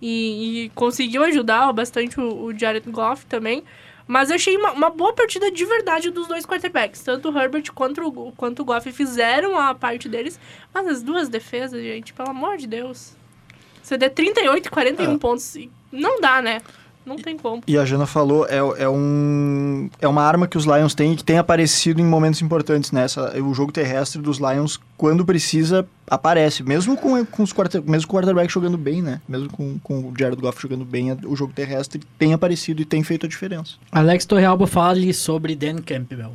e, e conseguiu ajudar bastante o, o Jared Goff também. Mas eu achei uma, uma boa partida de verdade dos dois quarterbacks. Tanto o Herbert quanto o, quanto o Goff fizeram a parte deles. Mas as duas defesas, gente, pelo amor de Deus. Você der 38 e 41
Ah.
pontos, e não dá, né? Não tem como.
E a Jana falou, é, é, um, é uma arma que os Lions têm e que tem aparecido em momentos importantes, né? Essa- o jogo terrestre dos Lions, quando precisa, aparece. Mesmo com, com os quarter, mesmo com o quarterback jogando bem, né? Mesmo com, com o Jared Goff jogando bem, a- o jogo terrestre tem aparecido e tem feito a diferença.
Alex Torrealba fale sobre Dan Campbell.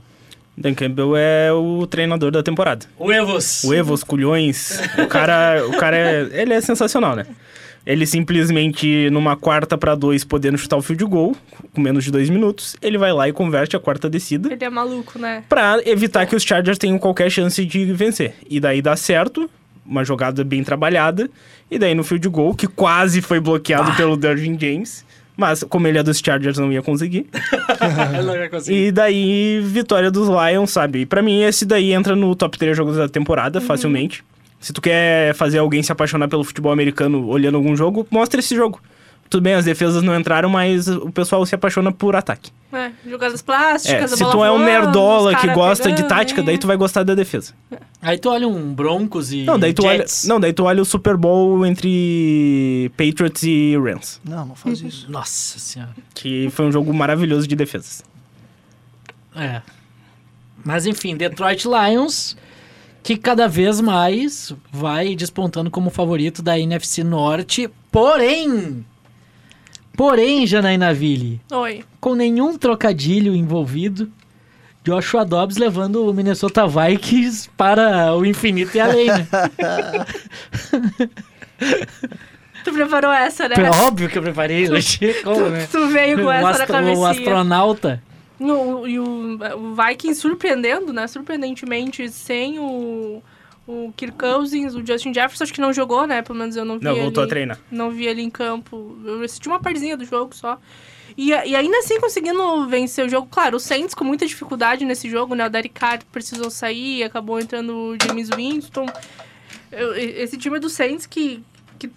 Dan Campbell é o treinador da temporada.
O Evos.
O Evo, os culhões. O cara, o cara é, ele é sensacional, né? Ele simplesmente, numa quarta pra dois, podendo chutar o fio de gol, com menos de dois minutos, ele vai lá e converte a quarta descida
Ele é maluco, né?
pra evitar que os Chargers tenham qualquer chance de vencer. E daí dá certo, uma jogada bem trabalhada, e daí no fio de gol, que quase foi bloqueado pelo Derwin James, mas como ele é dos Chargers, não ia conseguir. E daí, vitória dos Lions, sabe? E pra mim, esse daí entra no top 3 jogos da temporada, facilmente. Se tu quer fazer alguém se apaixonar pelo futebol americano olhando algum jogo, mostra esse jogo. Tudo bem, as defesas não entraram, mas o pessoal se apaixona por ataque.
É, jogadas plásticas,
É,
a
se
bola
tu é um
voando,
nerdola
os
que
cara
gosta de
pegando,
tática,
né?
daí tu vai gostar da defesa.
Aí tu olha um Broncos e
Não, daí tu, olha,
Jets.
não, daí tu olha o Super Bowl entre Patriots e Rams,
Não, não faz isso.
Nossa senhora.
que foi um jogo maravilhoso de defesas.
É. Mas enfim, Detroit Lions, que cada vez mais vai despontando como favorito da NFC Norte. Porém, porém, Janaína Ville,
Oi.
com nenhum trocadilho envolvido, Joshua Dobbs levando o Minnesota Vikings para o infinito e além. Né?
Tu preparou essa, né?
É óbvio que eu preparei hoje. Como, né?
Tu veio com
O,
essa na
astro- o
cabecinha.
astronauta.
No- e o, o Vikings surpreendendo, né? Surpreendentemente, sem o, o Kirk Cousins, o Justin Jefferson, acho que não jogou, né? Pelo menos eu não vi
Não, voltou a
ele-
treinar.
Não vi ele em campo. Eu assisti uma partezinha do jogo só. E, a- e ainda assim conseguindo vencer o jogo. Claro, o Saints com muita dificuldade nesse jogo, né? O Derek Carr precisou sair, acabou entrando o James Winston. Eu- e- esse time do Saints que, que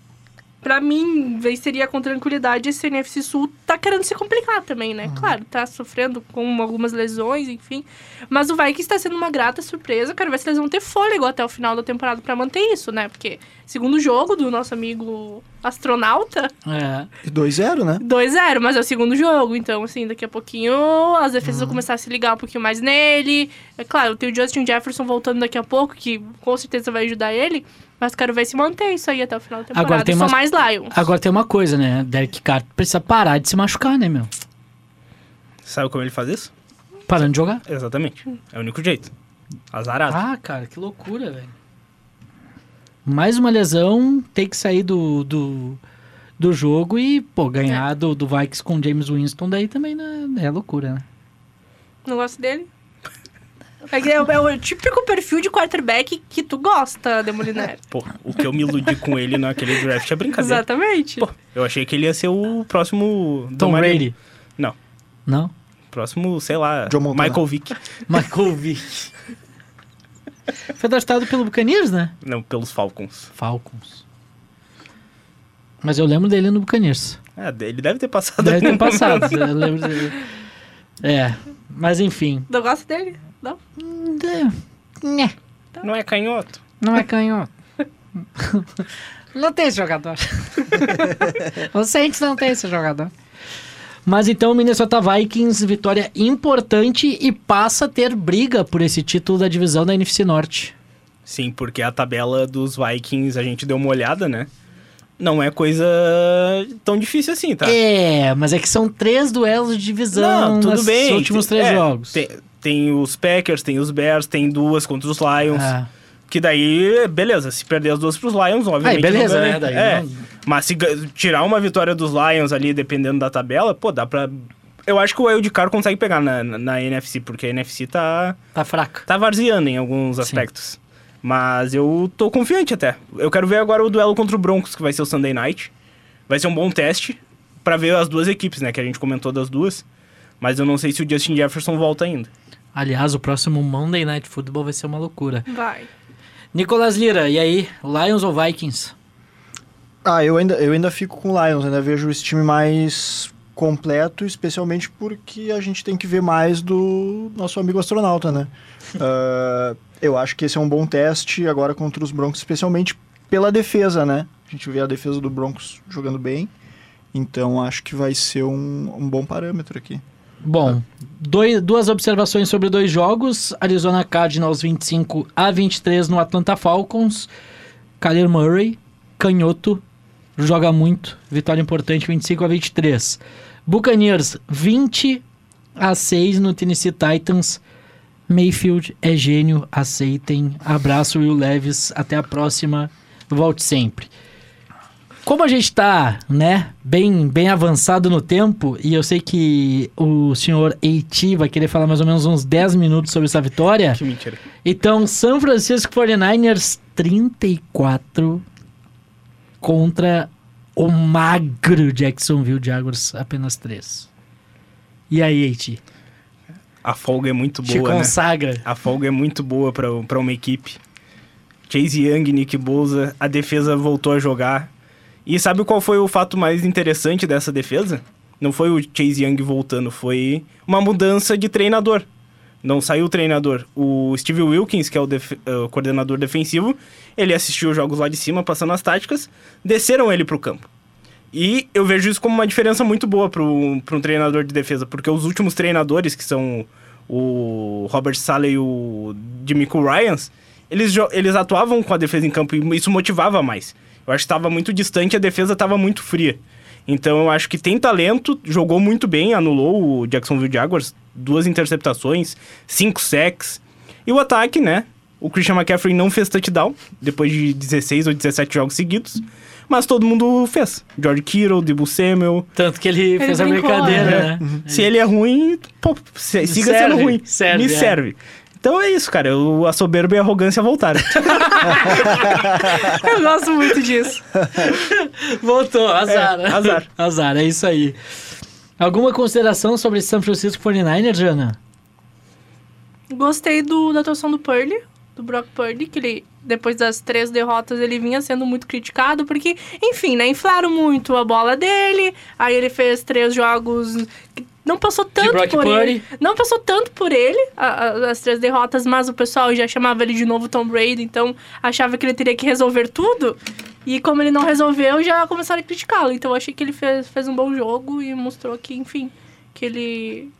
pra mim, venceria com tranquilidade esse NFC Sul, tá querendo se complicar também, né? Claro, tá sofrendo com algumas lesões, enfim. Mas o Vikings tá sendo uma grata surpresa. Quero ver se eles vão ter fôlego até o final da temporada pra manter isso, né? Porque segundo jogo do nosso amigo astronauta,
É.
E 2-0, né?
2-0, mas é o segundo jogo. Então, assim, daqui a pouquinho as defesas
Uhum.
vão começar a se ligar um pouquinho mais nele. É claro, tem o Justin Jefferson voltando daqui a pouco, que com certeza vai ajudar ele. Mas quero ver se mantém isso aí até o final da temporada.
Agora tem
São
umas-
mais Lions.
Agora tem uma coisa, né? Derek Carr precisa parar de se machucar, né, meu?
Sabe como ele faz isso?
Parando de jogar.
Exatamente. É o único jeito. Azarado.
Hum. Ah, cara, que loucura, velho. Mais uma lesão, tem que sair do, do, do jogo e, pô, ganhar
É.
do, do Vikes com o James Winston daí também né, é loucura, né?
Não gosto dele. É, que é o- é o típico perfil de quarterback que tu gosta, Demoliner.
Pô, o que eu me iludi com ele naquele draft é brincadeira.
Exatamente.
Pô, eu achei que ele ia ser o próximo...
Tom
Mario-
Brady.
Não.
Não?
Próximo, sei lá,
Joe Montana.
Michael Vick.
Michael Vick. Foi draftado pelo Buccaneers, né?
Não, pelos Falcons.
Falcons. Mas eu lembro dele no Buccaneers.
É, ele deve ter passado.
Deve ter
algum
passado.
momento.
eu lembro de- É, mas enfim.
Eu gosto dele? Não?
Né,
Não é canhoto?
Não é canhoto. Não tem esse jogador. Você a gente não tem esse jogador. Mas então o Minnesota Vikings, vitória importante e passa a ter briga por esse título da divisão da NFC Norte.
Sim, porque a tabela dos Vikings, a gente deu uma olhada, né? Não é coisa tão difícil assim, tá?
É, mas é que são três duelos de divisão
Não, tudo
nos
bem.
últimos três
É,
jogos.
Tem, tem os Packers, tem os Bears, tem duas contra os Lions.
Ah,
Que daí, beleza, se perder as duas pros Lions, obviamente.
Aí, beleza,
não ganha.
né? Daí
é.
não-
Mas se ga- tirar uma vitória dos Lions ali, dependendo da tabela, pô, dá pra. Eu acho que o Wildcard consegue pegar na, na, na NFC, porque a NFC tá,
tá fraca.
tá varzeando em alguns aspectos. Mas eu tô confiante até. Eu quero ver agora o duelo contra o Broncos, que vai ser o Sunday Night. Vai ser um bom teste pra ver as duas equipes, né? Que a gente comentou das duas. Mas eu não sei se o Justin Jefferson volta ainda.
Aliás, o próximo Monday Night Football vai ser uma loucura.
Vai.
Nicolas Lira, e aí? Lions ou Vikings?
Ah, eu ainda, eu ainda fico com o Lions, ainda vejo esse time mais completo, especialmente porque a gente tem que ver mais do nosso amigo astronauta, né? Ah, eu acho que esse é um bom teste agora contra os Broncos, especialmente pela defesa, né? A gente vê a defesa do Broncos jogando bem, então acho que vai ser um, um bom parâmetro aqui.
Bom, dois- duas observações sobre dois jogos. Arizona Cardinals 25 a 23 no Atlanta Falcons. Kyler Murray, canhoto, joga muito. Vitória importante 25 a 23. Buccaneers 20 a 6 no Tennessee Titans. Mayfield é gênio, aceitem. Abraço Will Leves, até a próxima. Volte sempre. Como a gente tá, né, bem, bem avançado no tempo, e eu sei que o senhor Eiti vai querer falar mais ou menos uns 10 minutos sobre essa vitória.
Que mentira.
Então, São Francisco 49ers 34 contra o magro Jacksonville Jaguars, apenas 3. E aí, Eiti?
A folga é muito
Te
boa, né?
consagra.
A folga é muito boa pra pra uma equipe. Chase Young, Nick Bosa, a defesa voltou a jogar. E sabe qual foi o fato mais interessante dessa defesa? Não foi o Chase Young voltando, foi uma mudança de treinador. Não saiu o treinador. O Steve Wilkins, que é o, def- eh, o coordenador defensivo, ele assistiu os jogos lá de cima, passando as táticas, desceram ele pro campo. E eu vejo isso como uma diferença muito boa para um treinador de defesa, porque os últimos treinadores, que são o Robert Saleh e o Jimmy Ryan, eles, jo- eles atuavam com a defesa em campo e isso motivava mais. Eu acho que estava muito distante, a defesa estava muito fria. Então eu acho que tem talento, jogou muito bem, anulou o Jacksonville Jaguars, duas interceptações, cinco sacks. E o ataque, né? O Christian McCaffrey não fez touchdown depois de 16 ou 17 jogos seguidos, mas todo mundo fez. George Kittle, Debo Samuel.
Tanto que ele, fez a
brincou,
brincadeira, né?
Se ele é ruim, pô, se- siga
serve,
sendo ruim.
serve,
Me
é.
serve. Então é isso, cara. Eu, a soberba e a arrogância voltaram.
Eu gosto muito disso.
Voltou, azar.
É, azar.
azar, é isso aí. Alguma consideração sobre São Francisco 49ers, Jana?
Gostei do, da atuação do Purdy, do Brock Purdy, que ele, depois das três derrotas, ele vinha sendo muito criticado, porque, enfim, né, inflaram muito a bola dele, aí ele fez três jogos... que Não passou tanto
Brock
por
Purdy.
ele. Não passou tanto por ele, a- a- as três derrotas, mas o pessoal já chamava ele de novo Tom Brady, então achava que ele teria que resolver tudo. E como ele não resolveu, já começaram a criticá-lo. Então eu achei que ele fez, fez um bom jogo e mostrou que, enfim, que ele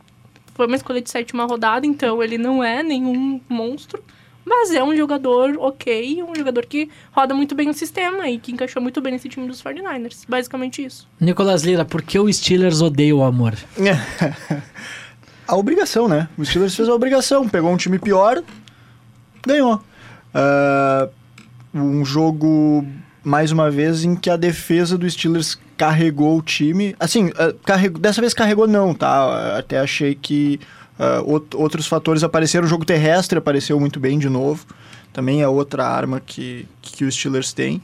foi uma escolha de sétima rodada, então ele não é nenhum monstro, mas é um jogador ok, um jogador que roda muito bem o sistema e que encaixou muito bem nesse time dos 49ers. Basicamente isso.
Nicolas Lira, por que o Steelers odeia o amor?
a obrigação, né? O Steelers fez a obrigação, pegou um time pior, ganhou. Ah, um jogo, mais uma vez, em que a defesa do Steelers carregou o time. Assim, ah, carregou, dessa vez carregou não, tá? Até achei que ah, out- outros fatores apareceram. O jogo terrestre apareceu muito bem de novo. Também é outra arma que, que o Steelers tem.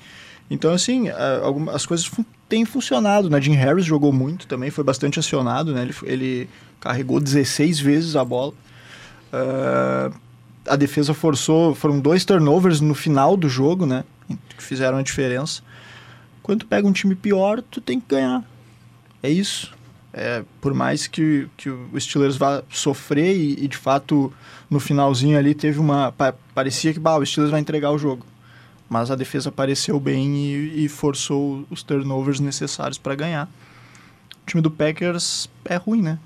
Então, assim, ah, alguma- as coisas fun- têm funcionado, né? Jim Harris jogou muito também, foi bastante acionado, né? Ele, f- ele carregou 16 vezes a bola. Ah, a defesa forçou, foram dois turnovers no final do jogo, né? Que fizeram a diferença. Quando tu pega um time pior, tu tem que ganhar. é isso. É, por mais que, que o Steelers vá sofrer e, e, de fato no finalzinho ali teve uma. pa- parecia que bah, o Steelers vai entregar o jogo. Mas a defesa apareceu bem e, e forçou os turnovers necessários para ganhar. O time do Packers é ruim, né?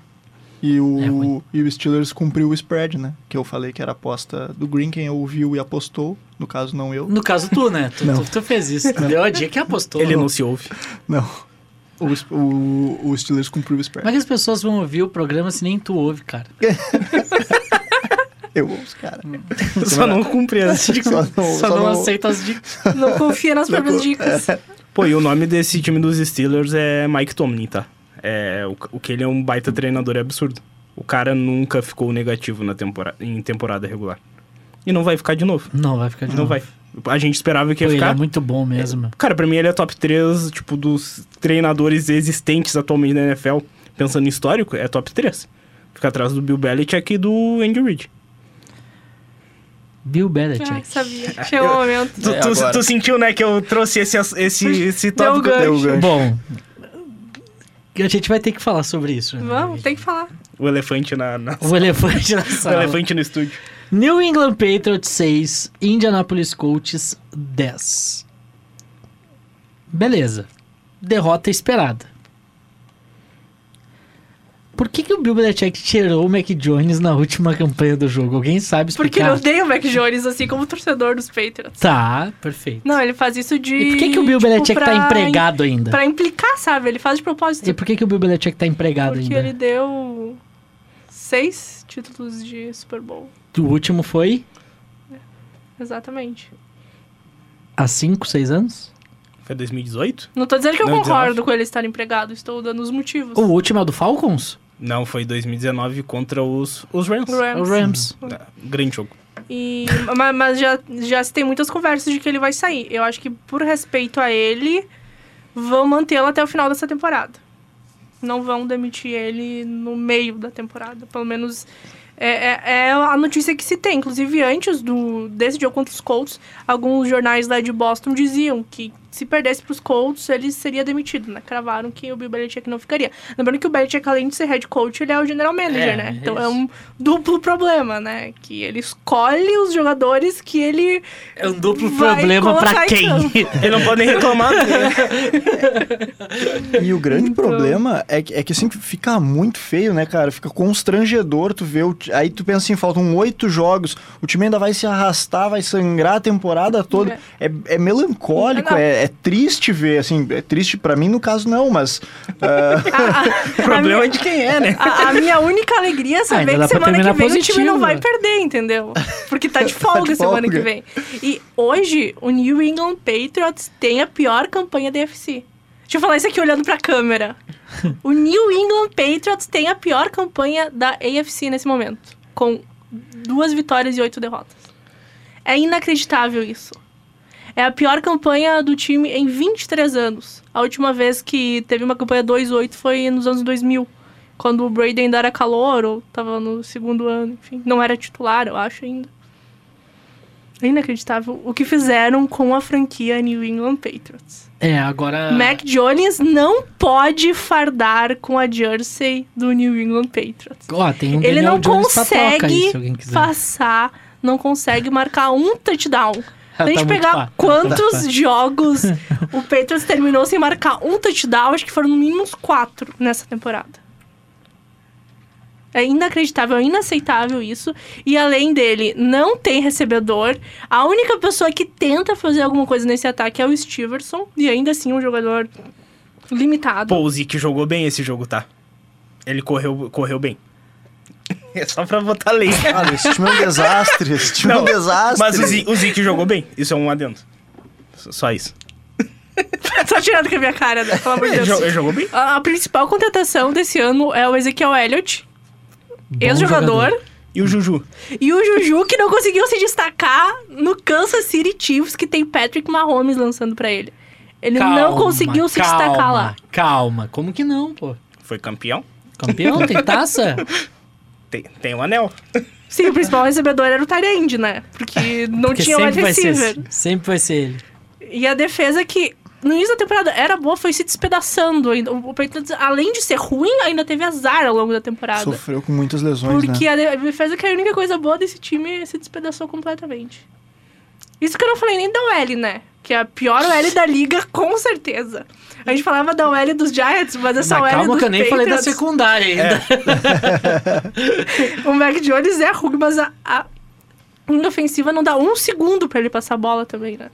E o,
É ruim.
e o Steelers cumpriu o spread, né? Que eu falei que era a aposta do Green, quem ouviu e apostou, no caso não eu.
No caso, tu, né? Tu,
Não.
tu, tu fez isso. Tu deu a dica que apostou. né?
Ele não se ouve.
Não. O, Sp- o, o Steelers cumpriu o spread.
Como é que as pessoas vão ouvir o programa se nem tu ouve, cara?
Eu ouço, cara.
Só não cumpri tipo. as dicas.
Só não,
Só, não, aceita as dicas.
Não confia nas próprias dicas.
É,
Pô, e o nome desse time dos Steelers é Mike Tomlin, tá? É, o, o que ele é um baita treinador é absurdo. O cara nunca ficou negativo na temporada, em temporada regular. E não vai ficar de novo.
Não, vai ficar de
Não vai. A gente esperava que
Pô,
ia
ele
ficar.
é muito bom mesmo. meu.
Cara, pra mim ele é top 3, tipo, dos treinadores existentes atualmente na NFL. Pensando em histórico, é top 3. Fica atrás do Bill Belichick e do Andy Reid.
Bill Belichick.
Ah, sabia. Chegou o momento.
Tu,
É,
tu-
agora.
tu sentiu, né, que eu trouxe esse, ass- esse, esse
Deu um
tópico...
gancho.
Deu gancho.
um Bom, a gente vai ter que falar sobre isso. né?
Vamos, tem que falar.
O elefante na... na-
O elefante na
O
sala.
elefante no estúdio.
New England Patriots 6, Indianapolis Colts 10. Beleza. Derrota esperada. Por que, que o Bill Belichick tirou o Mac Jones na última campanha do jogo? Alguém sabe explicar?
Porque ele odeia o Mac Jones, assim como o torcedor dos Patriots.
Tá, perfeito.
Não, ele faz isso de.
e por que, que o Bill
tipo,
Belichick tá
pra-
empregado ainda?
Pra implicar, sabe? Ele faz de propósito.
E por que, que o Bill Belichick tá empregado
Porque
ainda?
ele deu seis títulos de Super Bowl.
O último foi
Exatamente.
há 5, 6 anos?
Foi 2018?
Não tô dizendo que eu
Não,
concordo
19.
com ele estar empregado, estou dando os motivos.
O último é o do Falcons?
Não, foi 2019 contra os, os Rams.
O Rams.
O Rams.
Ah, Grande jogo.
E, ma- mas já, já se tem muitas conversas de que ele vai sair. Eu acho que, por respeito a ele, vão mantê-lo até o final dessa temporada. Não vão demitir ele no meio da temporada. Pelo menos é, é- é a notícia que se tem. Inclusive, antes do, desse jogo contra os Colts, alguns jornais lá de Boston diziam que se perdesse para os Colts, ele seria demitido, né? Cravaram que o Bill Belichick não ficaria. Lembrando que o Belichick, além de ser head coach, ele é o general manager,
É,
né?
é
Então é
isso.
um duplo problema, né? Que ele escolhe os jogadores que ele
É um duplo
Vai
problema pra
colocar em
quem?
Ele não pode nem reclamar.
E o grande
Então.
problema é que, é que assim fica muito feio, né, cara? Fica constrangedor tu ver. o ti- Aí tu pensa assim, faltam oito jogos, o time ainda vai se arrastar, vai sangrar a temporada toda. É, é melancólico,
Não.
é, é triste ver, assim, é triste pra mim no caso não, mas
o problema é de quem é, né?
A, a minha única alegria é
ainda
saber
dá
que
pra
semana que
terminar
vem o time
positivo.
não vai perder, entendeu? Porque tá de folga,
de
semana que
folga.
vem. E hoje, o New England Patriots tem a pior campanha da UFC. Deixa eu falar isso aqui olhando pra câmera. O New England Patriots tem a pior campanha da AFC nesse momento. Com duas vitórias e oito derrotas. É inacreditável isso. É a pior campanha do time em 23 anos. A última vez que teve uma campanha 2-8 foi nos anos 2000. Quando o Brady ainda era calor, ou tava no segundo ano, enfim. Não era titular, eu acho ainda. É inacreditável o que fizeram com a franquia New England Patriots.
É, agora.
Mac Jones não pode fardar com a jersey do New England Patriots.
Ó, tem um
Ele
Daniel
não
Jones pra troca aí,
consegue
se alguém quiser.
passar, não consegue marcar um touchdown. Se a
Tá
gente
muito
pegar
pá.
quantos
Tá, tá.
jogos o Patriots terminou sem marcar um touchdown, acho que foram no mínimo uns quatro nessa temporada. É inacreditável, é inaceitável isso. E além dele, não tem recebedor. A única pessoa que tenta fazer alguma coisa nesse ataque é o Steverson. E ainda assim, um jogador limitado.
Posey que jogou bem esse jogo, tá? Ele correu, correu bem. É só pra botar lei.
cara, esse time é um desastre, esse time é um
Não,
desastre.
Mas o Zeke, o Zeke jogou bem. Isso é um adendo. S- Só isso.
É Só tirando com a minha cara, né? Pelo
É,
amor de
Ele
Deus.
jo- ele jogou bem.
A a principal contratação desse ano é o Ezequiel Elliott,
Bom
ex-jogador.
E o Juju?
E o Juju, que não conseguiu se destacar no Kansas City Chiefs, que tem Patrick Mahomes lançando pra ele. Ele não
Calma,
conseguiu se destacar
calma,
lá.
Calma, como que não, pô?
Foi campeão.
Campeão, tem taça?
Tem, tem um anel.
Sim, o principal recebedor era o Tyrande, né? Porque não
Porque
tinha wide
vai ser,
receiver.
sempre vai ser ele.
E a defesa que no início da temporada era boa, foi se despedaçando ainda. O Patriots, além de ser ruim, ainda teve azar ao longo da temporada.
Sofreu com muitas lesões, né?
Porque a defesa que é a única coisa boa desse time é se despedaçou completamente. Isso que eu não falei nem da OL, né? Que é a pior OL da liga, com certeza. A gente falava da OL dos Giants, mas essa
Mas
OL
calma
dos
que eu nem falei da
Patriots,
secundária ainda.
O Mac Jones é ruim, mas a, a linha ofensiva não dá um segundo pra ele passar a bola também, né?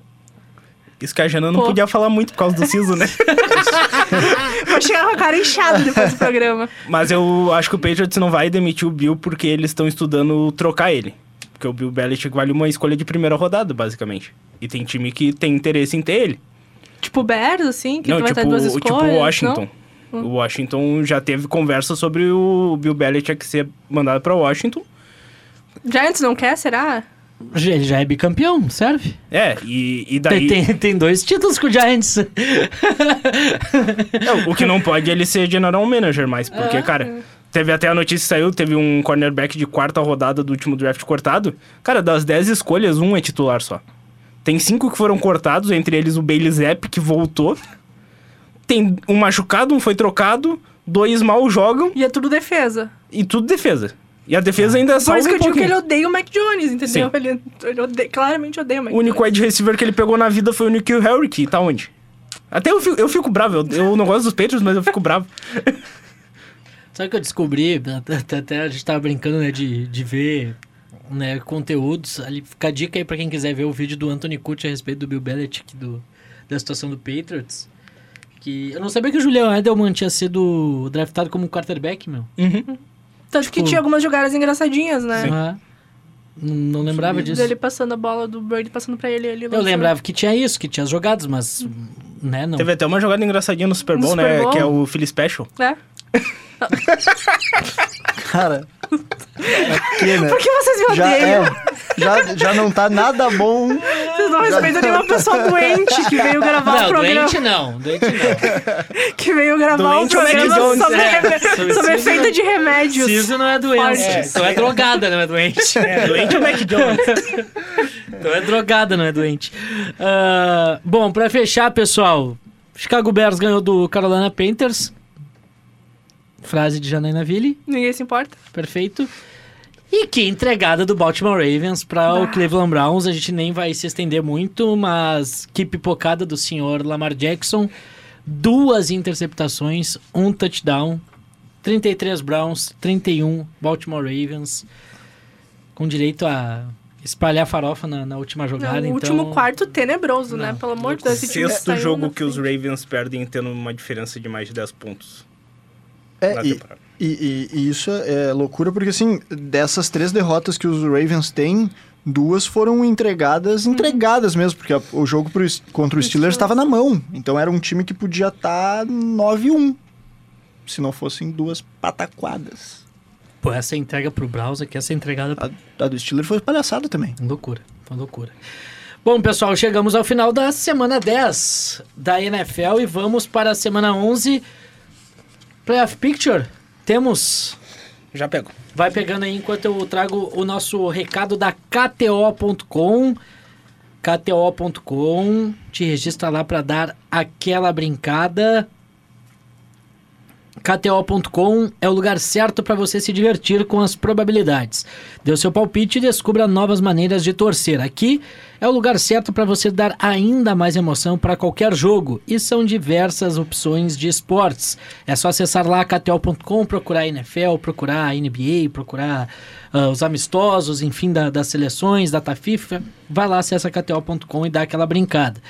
Isso que a Jana não
Pô.
podia falar muito por causa do siso, né?
Vai chegar com a cara inchada depois do programa.
Mas eu acho que o Patriots não vai demitir o Bill porque eles estão estudando trocar ele. Porque o Bill Belichick vale uma escolha de primeira rodada, basicamente. E tem time que tem interesse em ter ele.
Tipo Bears, assim, que
não,
vai
tipo,
estar duas
o- tipo
escolhas.
o Washington.
não? Hum.
O Washington já teve conversa sobre o Bill Belichick ser mandado pra Washington.
Giants não quer, será?
Já- Ele já é bicampeão, serve?
É, e, e daí...
Tem, tem, tem dois títulos com o Giants.
É, o que não pode é ele ser general manager mais, porque,
Ah,
cara, teve até a notícia que saiu, teve um cornerback de quarta rodada do último draft cortado. Cara, das 10 escolhas, um é titular só. Tem cinco que foram cortados, entre eles o Bailey Zapp, que voltou. Tem um machucado, um foi trocado, dois mal jogam
E é tudo defesa.
e tudo defesa. E a defesa ainda é
Por
salva
isso que
um
eu digo que
pouquinho.
ele odeia o Mac Jones, entendeu?
Sim.
Ele, ele odeia- claramente odeia é o Mac
O único
Jones.
wide receiver que ele pegou na vida foi o Nikhil Harry, que tá onde? Até eu fico, eu fico bravo, eu, eu não gosto dos Patriots, mas eu fico bravo.
Sabe o que eu descobri? Até, até a gente tava brincando, né, de, de ver né, conteúdos. Ali, fica a dica aí pra quem quiser ver o vídeo do Anthony Kutch a respeito do Bill Belichick, do, da situação do Patriots. Que eu não sabia que o Julian Edelman tinha sido draftado como quarterback, meu.
Tanto que
tipo-
tinha algumas jogadas engraçadinhas, né?
Ah, n- não lembrava disso.
Dele né? passando a bola do Bird, passando pra ele. ele
Eu
lançando.
lembrava que tinha isso, que tinha as jogadas, mas né, não.
Teve até uma jogada engraçadinha no Super
No
Bowl,
Super
né?
Bowl.
Que é o Philly Special.
É.
Cara. Aqui, né?
Por que vocês me
já,
odeiam?
é, já, já não tá nada bom.
Vocês não
é.
respeitam nenhuma pessoa doente que veio gravar Ah, o
Não,
programa.
doente não, doente não.
Que veio gravar
Doente
o
é o
programa
Mac Jones,
sobre,
é.
sobre,
Sobre
efeito de remédios.
Preciso não é doente.
Forte.
Então é drogada, não é doente.
É, doente é o Mac Jones.
Então é drogada, não é doente. Ah, bom, pra fechar, pessoal, Chicago Bears ganhou do Carolina Panthers. Frase de Janaina Ville,
Ninguém se importa.
perfeito. E que entregada do Baltimore Ravens para o Cleveland Browns. A gente nem vai se estender muito, mas que pipocada do senhor Lamar Jackson. Duas interceptações, um touchdown. 33 Browns, 31 Baltimore Ravens. Com direito a espalhar farofa na, na última jogada.
É o
então...
último quarto tenebroso, né?
Não.
Pelo amor de Deus. esse time
Sexto
saiu
jogo
na
que os
frente.
Ravens perdem tendo uma diferença de mais de 10 pontos
É,
na
e,
temporada.
e- e- e isso é é loucura, porque assim, dessas três derrotas que os Ravens têm, duas foram entregadas, entregadas mesmo, porque a- o jogo Uhum. pro, S- contra o Steelers estava na mão. Então era um time que podia estar 9-1, se não fossem duas pataquadas.
Pô, essa entrega pro Browser, que essa entregada
A, a do Steelers foi palhaçada também.
Loucura, foi loucura. Bom, pessoal, chegamos ao final da semana 10 da NFL e vamos para a semana 11. Playoff Picture, temos...
Já pego.
Vai pegando aí enquanto eu trago o nosso recado da KTO.com. KTO.com, te registra lá para dar aquela brincada. KTO.com é o lugar certo para você se divertir com as probabilidades. Dê o seu palpite e descubra novas maneiras de torcer. Aqui é o lugar certo para você dar ainda mais emoção para qualquer jogo e são diversas opções de esportes. É só acessar lá KTO.com, procurar NFL, procurar NBA, procurar ah, os amistosos, enfim, da- das seleções, data FIFA. Vai lá, acessa KTO.com e dá aquela brincada.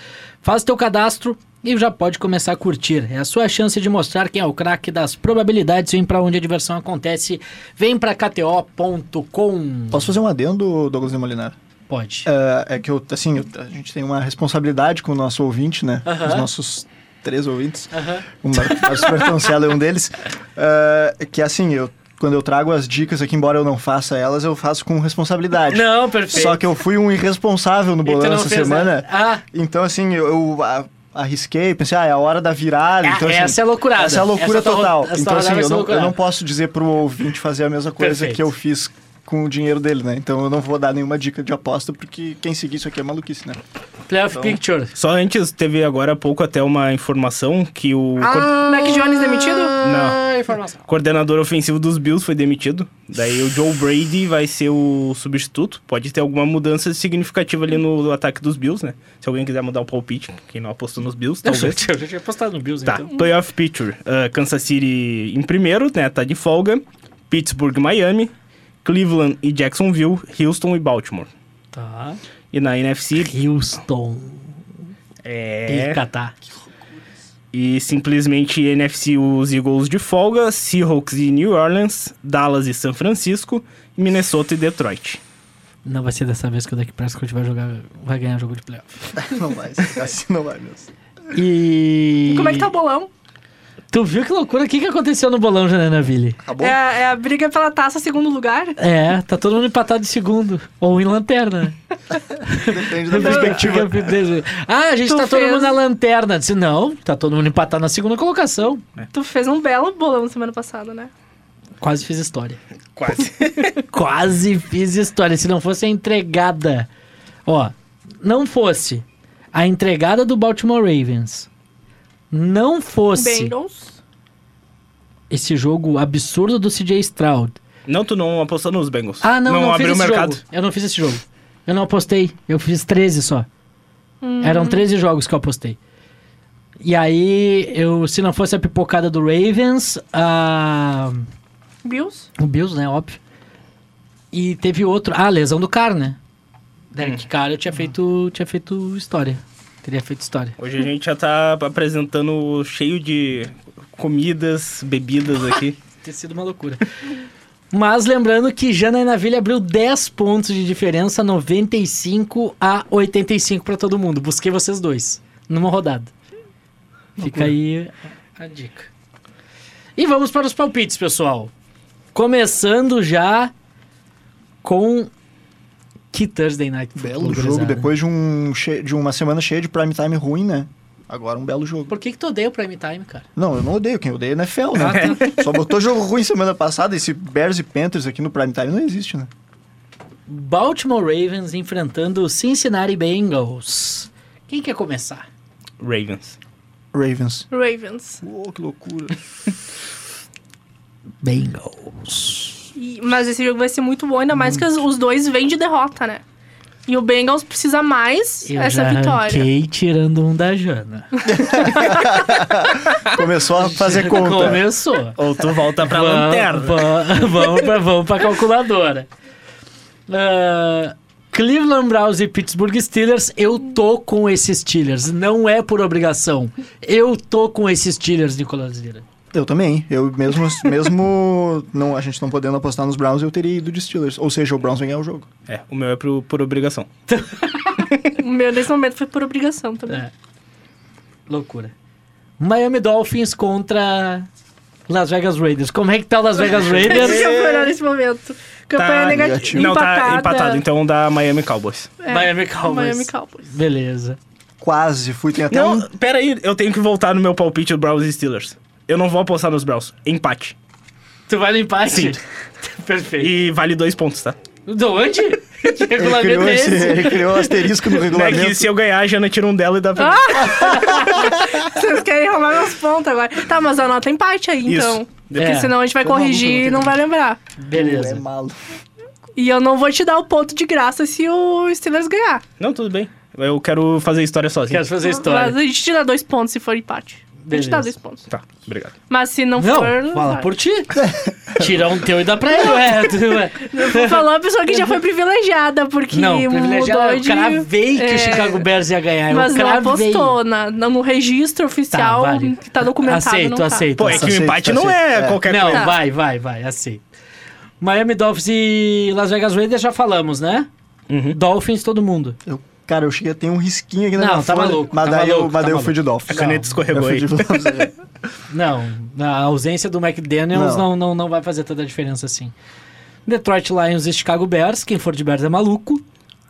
Faz teu cadastro e já pode começar a curtir. É a sua chance de mostrar quem é o craque das probabilidades. Vem pra onde a diversão acontece. Vem pra KTO.com.
Posso fazer um adendo, Douglas Demolinar?
Pode.
É, é que eu, assim, eu- a gente tem uma responsabilidade com o nosso ouvinte, né?
Aham.
Os nossos três ouvintes. Um
Aham.
O Mar- Márcio Bertoncello é um deles. É, que assim, eu, quando eu trago as dicas aqui, embora eu não faça elas, eu faço com responsabilidade.
Não, perfeito.
Só que eu fui um irresponsável no
E tu
bolão
não
essa
fez
semana.
nada. Ah,
Então, assim, eu, eu a- arrisquei, pensei, ah, é a hora da virada.
Ah,
então, assim,
essa é loucurada.
Essa é a loucura
Essa tua ro-
total.
essa tua é
então,
rodada
assim,
vai
eu
ser
não, eu
loucurada.
não posso dizer pro ouvinte fazer a mesma coisa
Perfeito.
que eu fiz com o dinheiro dele, né? Então eu não vou dar nenhuma dica de aposta, porque quem seguir isso aqui é maluquice, né?
Playoff Picture.
Só antes, teve agora há pouco até uma informação que o cor-
Mac Jones demitido?
Não.
Ah, Informação.
coordenador ofensivo dos Bills foi demitido. Daí o Joe Brady vai ser o substituto. Pode ter alguma mudança significativa ali no ataque dos Bills, né? Se alguém quiser mudar o palpite, quem não apostou nos Bills,
Eu já,
talvez.
eu já tinha postado no Bills,
Tá,
então.
playoff picture. Ah, Kansas City em primeiro, né? Tá de folga. Pittsburgh, Miami. Cleveland e Jacksonville. Houston e Baltimore.
Tá.
E na NFC,
Houston.
é...
Picatá.
E simplesmente NFC os Eagles de folga. Seahawks e New Orleans. Dallas e San Francisco. Minnesota e Detroit.
Não vai ser dessa vez que o Dak Prescott vai jogar, vai ganhar jogo de playoff.
Não vai, assim não vai mesmo.
E...
Como é que tá o bolão?
Tu viu que loucura? O que, que aconteceu no bolão, Janana Ville?
Acabou?
É, a- é a briga pela taça, segundo lugar?
É, tá todo mundo empatado em segundo. Ou em lanterna. né? Então,
Depende da perspectiva.
ah, a gente
Tu
tá todo
fez.
mundo na lanterna. Disse, não, tá todo mundo empatado na segunda colocação.
Tu fez um belo bolão semana passada, né?
Quase fiz história.
Quase.
Quase fiz história. Se não fosse a entregada. Ó, não fosse a entregada do Baltimore Ravens. Não fosse
Bengals.
esse jogo absurdo do CJ Stroud.
não, tu não apostou nos Bengals.
Ah, não, não, fiz
abriu o
esse
mercado.
jogo. Eu não fiz esse jogo. Eu não apostei. Eu fiz 13 só. Eram 13 jogos que eu apostei. E aí, eu, se não fosse a pipocada do Ravens, a...
Bills.
o Bills, né? Óbvio. E teve outro. Ah, a lesão do cara, né?
Hum.
Derek Carr, eu tinha feito, tinha feito história. Teria feito história.
Hoje a gente já tá apresentando cheio de comidas, bebidas aqui.
Ter sido uma loucura. Mas lembrando que Janaina Ville abriu 10 pontos de diferença, 95 a 85 pra todo mundo. Busquei vocês dois numa rodada. Fica aí a dica. E vamos para os palpites, pessoal. Começando já com que Thursday Night Football,
Belo jogo,
gurizada.
depois de, um che- de uma semana cheia de prime time ruim, né? Agora um belo jogo.
Por que que tu odeia o prime time, cara?
Não, eu não odeio, quem odeia é NFL, né? Só botou jogo ruim semana passada, esse Bears e Panthers aqui no prime time não existe, né?
Baltimore Ravens enfrentando o Cincinnati Bengals. Quem quer começar?
Ravens.
Ravens.
Ravens.
Uou, que loucura.
Bengals.
E- mas esse jogo vai ser muito bom, ainda mais que os, os dois vêm de derrota, né? E o Bengals precisa mais
Eu
essa é
já
vitória.
arranquei tirando um da Jana.
Começou a fazer conta.
Começou.
Ou tu volta pra
Vamos-
lanterna.
va- Vamos pra, vamos pra calculadora. Ah, Cleveland Browns e Pittsburgh Steelers, eu tô com esses Steelers. Não é por obrigação. Eu tô com esses Steelers, Nicolas Lira.
Eu também. Eu mesmo, mesmo não, a gente não podendo apostar nos Browns, eu teria ido de Steelers. Ou seja, o Browns vai ganhar o jogo.
É, o meu é pro- por obrigação.
O meu nesse momento foi por obrigação também.
É. Loucura. Miami Dolphins contra Las Vegas Raiders. Como é que tá o Las Vegas
Esse que é
Raiders?
o melhor nesse
Tá
momento.
é
Campanha negativa.
negativo.
Não,
empatada.
tá empatado. Então dá Miami Cowboys.
É,
Miami Cowboys.
Miami Cowboys.
Beleza.
Quase fui, tem até
Não,
um...
pera aí. Então, Eu tenho que voltar no meu palpite do Browns e Steelers. Eu não vou apostar nos Browns. Empate.
Tu vai no empate? Perfeito.
E vale dois pontos, tá?
De onde? Que
Ele criou,
regulamento é
esse,
esse?
ele criou um asterisco no
Não é
regulamento.
que se eu ganhar, a Jana tira um dela e dá
Ah!
pra...
Vocês querem roubar meus pontos agora. Tá, mas anota empate aí, então. Porque
É.
senão a gente vai corrigir e não vai lembrar.
É
Beleza.
malo.
E eu não vou te dar o ponto de graça se o Steelers ganhar.
Não, tudo bem. Eu quero fazer história sozinho.
Quero fazer
Mas
é história.
a gente te dá dois pontos se for empate. A gente
Beleza.
dá dois pontos.
Tá, obrigado.
Mas se não, for.
Não, fala
um vai.
por ti. Tirar um teu e dá pra ele. Ué, tu- ué.
Falou a pessoa que já foi privilegiada, porque
Não,
mudou
privilegiado. Eu
de...
cravei que
É,
o Chicago Bears ia ganhar. Eu
Mas não
cravei.
apostou na, no no registro oficial
vale.
que tá documentado. não
Aceito,
tá.
aceito.
Pô, é
aceito.
que o
aceito,
empate
tá
não
aceito.
é
É.
qualquer
Não,
coisa.
Tá.
vai, vai, vai, aceito. Miami Dolphins e Las Vegas Raiders já falamos, né?
Uhum.
Dolphins, todo mundo.
Eu, cara, eu cheguei a ter um risquinho aqui na
Não,
minha
tá
folha,
maluco, tá
Mas daí eu,
maluco,
mas
tá
daí eu fui de
A
Dolphins.
caneta
Eu
escorregou
fui
aí.
de Dolphins. é.
Não, a ausência do McDaniels não.
Não.
Não, não, vai fazer tanta diferença assim. Detroit Lions e Chicago Bears. Quem for de Bears é maluco.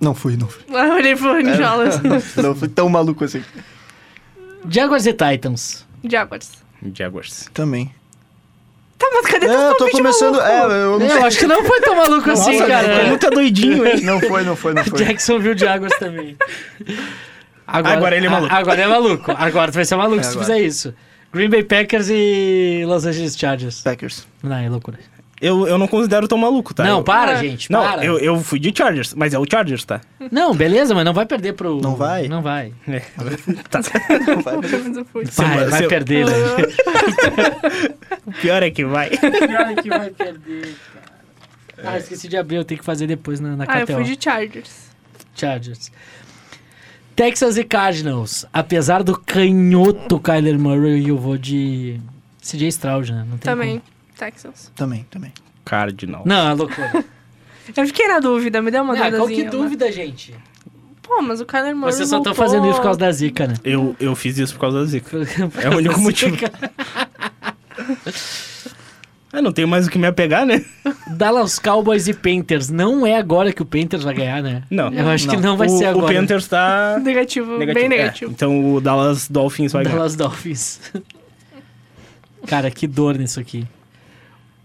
Não fui, não fui.
Eu olhei pro Nijolas.
Não fui tão maluco assim.
Jaguars e Titans.
Jaguars.
Jaguars.
Também.
Tá, mas cadê
É, eu
teu
tô
palpite
começando.
maluco?
É, eu não
Eu
sei.
acho que não foi tão maluco assim,
Nossa,
cara.
como tá doidinho, hein?
Não foi, não foi, não foi.
Jacksonville de Águas também. Agora,
Agora ele é
a-
maluco.
Agora ele é maluco. Agora tu vai ser maluco
É,
se tu
agora.
fizer isso. Green Bay Packers e Los Angeles Chargers.
Packers.
Não, é loucura.
Eu, eu não considero tão maluco, tá?
não,
eu,
para,
É.
gente.
Não,
para.
eu, eu fui de Chargers, mas é o Chargers, tá?
Não, beleza, mas não vai perder pro.
Não vai?
Não vai.
É. tá.
Mas eu fui.
Vai,
Semana-
vai
se-
perder, né?
O pior é que vai.
Pior que vai perder, cara. Ah, esqueci de abrir, eu tenho que fazer depois na, na
Ah, eu
KTO.
fui de Chargers.
Chargers. Texas e Cardinals. Apesar do canhoto Kyler Murray, eu vou de CJ Stroud, né? Não tem
Também.
como.
Texans.
Também, também.
Cardinal.
Não, é loucura.
Eu fiquei na dúvida, me deu uma
Ah,
dúvida.
qual que dúvida, gente?
Pô, mas o Kyler Murray.
Vocês só estão
voltou.
fazendo isso por causa da zica, né?
Eu, eu fiz isso por causa da zica. É o único motivo. Ah, não tem mais o que me apegar, né?
Dallas Cowboys e Panthers. Não é agora que o Panthers vai ganhar, né?
Não.
Eu acho que
Não.
não vai
o,
ser agora.
O Panthers tá
Negativo,
negativo.
bem
É,
negativo.
então o Dallas Dolphins vai ganhar.
Dallas Dolphins. Cara, que dor nisso aqui.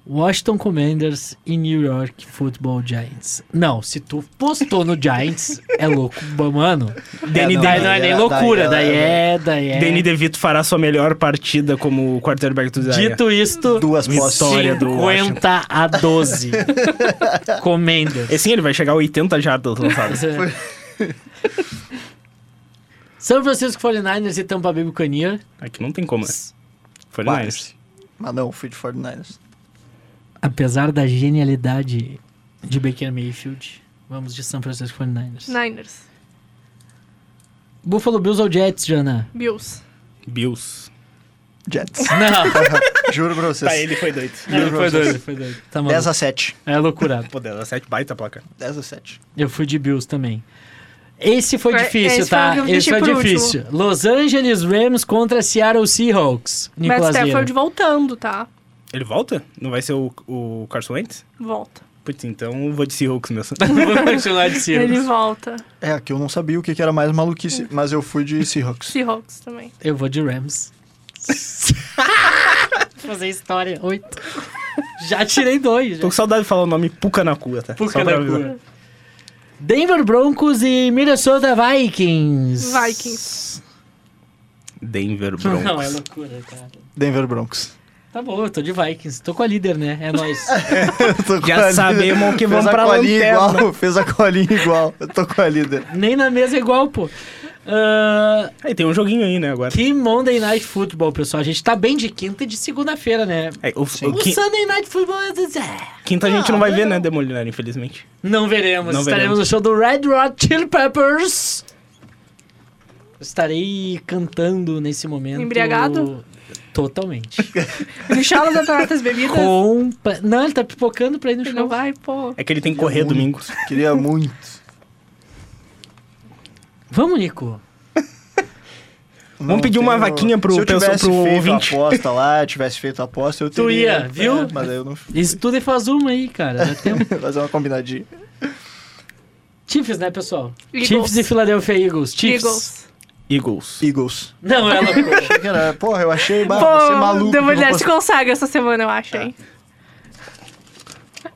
Washington Commanders e New York Football Giants. Não, se tu postou no Giants, é louco. Mano,
Danny,
não,
daí
De-
não é
daí
nem
é-
loucura. Daí
daí
é, daí é.
Danny DeVito fará sua melhor partida como quarterback do Zion.
Dito isto,
Duas posses.
Vitória do Washington.
50 a 12. Commanders.
E sim, ele vai chegar a 80 jardas lançadas.
São Francisco 49ers e Tampa Bay Buccaneers.
Aqui não tem como, né? 49ers.
Mas não, fui de 49ers.
Apesar da genialidade de Baker Mayfield, vamos de São Francisco 49ers.
Niners.
Buffalo Bills ou Jets, Jana?
Bills.
Bills.
Jets.
Não,
Juro pra vocês.
Tá, ele foi doido.
ele foi doido, foi doido. Tá maluco.
10 a 7.
É loucurado.
Pô, 17 baita placa.
10 a 7.
Eu fui de Bills também. Esse foi
Foi-
difícil,
É, esse
tá?
foi o que eu
esse foi
deixei por
difícil. Los Angeles Rams contra Seattle Seahawks.
Matt
Nicolas Vieira.
Stafford voltando, tá?
Ele volta? Não vai ser o, o Carson Wentz?
Volta.
Putz, então eu vou de Seahawks mesmo.
Vou continuar de
Ele
Seahawks.
volta.
É, aqui eu não sabia o que que era mais maluquice, mas eu fui de Seahawks.
Seahawks também.
Eu vou de Rams. Fazer história. Oito. Já tirei dois.
Tô com saudade de falar o nome Puka na cua, tá? Só pra avisar.
é Denver Broncos e Minnesota Vikings.
Vikings.
Denver Broncos.
Não, é loucura, cara.
Denver Broncos.
Tá bom, eu tô de Vikings. Tô com a líder, né? É nóis.
Eu tô com
Já
a líder.
sabemos que
Fez
vamos
a
pra
colinha
lanterna.
igual, Fez a colinha igual. Eu tô com a líder.
Nem na mesa é igual, pô. Ah,
Aí tem um joguinho aí, né, agora.
que Monday Night Football, pessoal. A gente tá bem de quinta e de segunda-feira, né?
É, o, o
O
qui-
Sunday Night Football é...
quinta a gente não
Ah,
vai ver,
não.
né, Demolinar, infelizmente.
Não veremos.
Não
Estaremos
veremos.
no show do Red Hot Chili Peppers. Estarei cantando nesse momento.
Embriagado?
Totalmente.
Deixaram as atletas bebidas.
Com... pa- Não, ele tá pipocando pra ir no
Ele
show.
não vai, pô.
É que ele tem que correr
Muito.
domingo.
Queria muito.
Vamos, Nico.
Não
pedir uma vaquinha pro-
Se eu
pro-
tivesse
pro
feito
ouvinte.
a aposta lá, tivesse feito a aposta, eu
Tu
teria.
ia, viu?
É, mas aí eu não fiz.
Estuda e faz uma aí, cara. Dá tempo.
Fazer uma combinadinha.
Chiefs, né, pessoal?
Eagles.
Chiefs e Philadelphia Eagles. Chiefs.
Eagles.
Eagles.
Eagles.
Não, é loucura.
Achei que era- Porra, eu achei. Bah, você é
Pô,
maluco. que eu vou
Demolidor se
apostar.
consagra essa semana, eu acho, hein?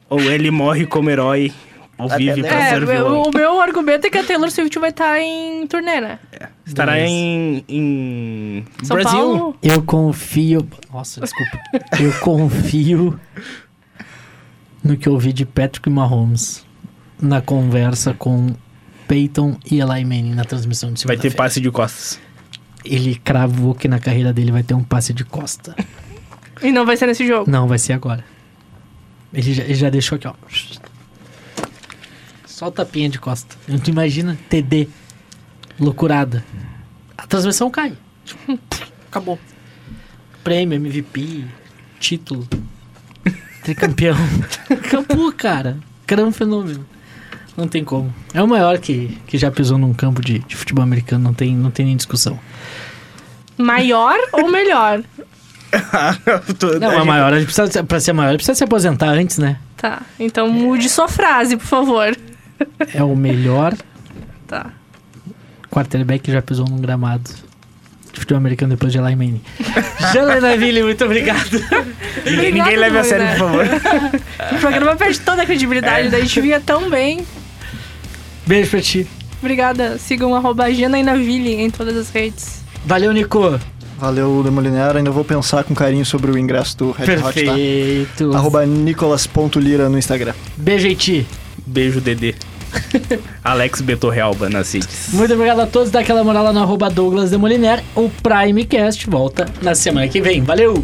Ou ele morre como herói, ou
Até
vive
né?
pra
É,
ser Tá vilão.
o meu argumento é que a Taylor Swift vai estar em turnê, né?
Estará
Beleza.
em, em
São
Brasil.
Paulo.
Eu confio. Nossa, desculpa. Eu confio no que eu ouvi de Patrick Mahomes na conversa com Peyton e Eli Manning na transmissão de
Vai ter
segunda-feira.
passe de costas.
Ele cravou que na carreira dele vai ter um passe de costa.
E não vai ser nesse jogo.
Não, vai ser agora. Ele já, ele já deixou aqui, ó. Só o tapinha de costa. Não te imagina? TD. Loucurada. A transmissão cai. Acabou. Prêmio, MVP, título. Tricampeão. Acabou, cara. Cara, é um fenômeno. Não tem como. É o maior que, que já pisou num campo de, de futebol americano. Não tem, não tem nem discussão.
Maior ou melhor?
Tô-
Não,
a
é
gente-
maior. Ele precisa, ser- pra ser maior, ele precisa se aposentar antes, né?
Tá. Então mude sua frase, por favor.
É o melhor
Tá.
quarterback já pisou num gramado de futebol americano depois de Eli Manning. Jalenaville, muito obrigado.
Ninguém, ninguém leve a sério, por
né?
favor.
O programa perde toda a credibilidade, daí a gente vinha tão bem.
Beijo pra ti.
Obrigada. Sigam arroba Janainaville em todas as redes.
Valeu,
É
Nico.
Valeu, Demoliner. Ainda vou pensar com carinho sobre o ingresso do Red Hot, tá?
Perfeito.
Arroba nicolas.lira no Instagram.
Beijo em ti.
Beijo, Dedê. Alex Betorrealba na CITES.
Muito obrigado a todos. Daquela moral lá no arroba Douglas Demoliner. O Primecast volta na semana que vem. Valeu!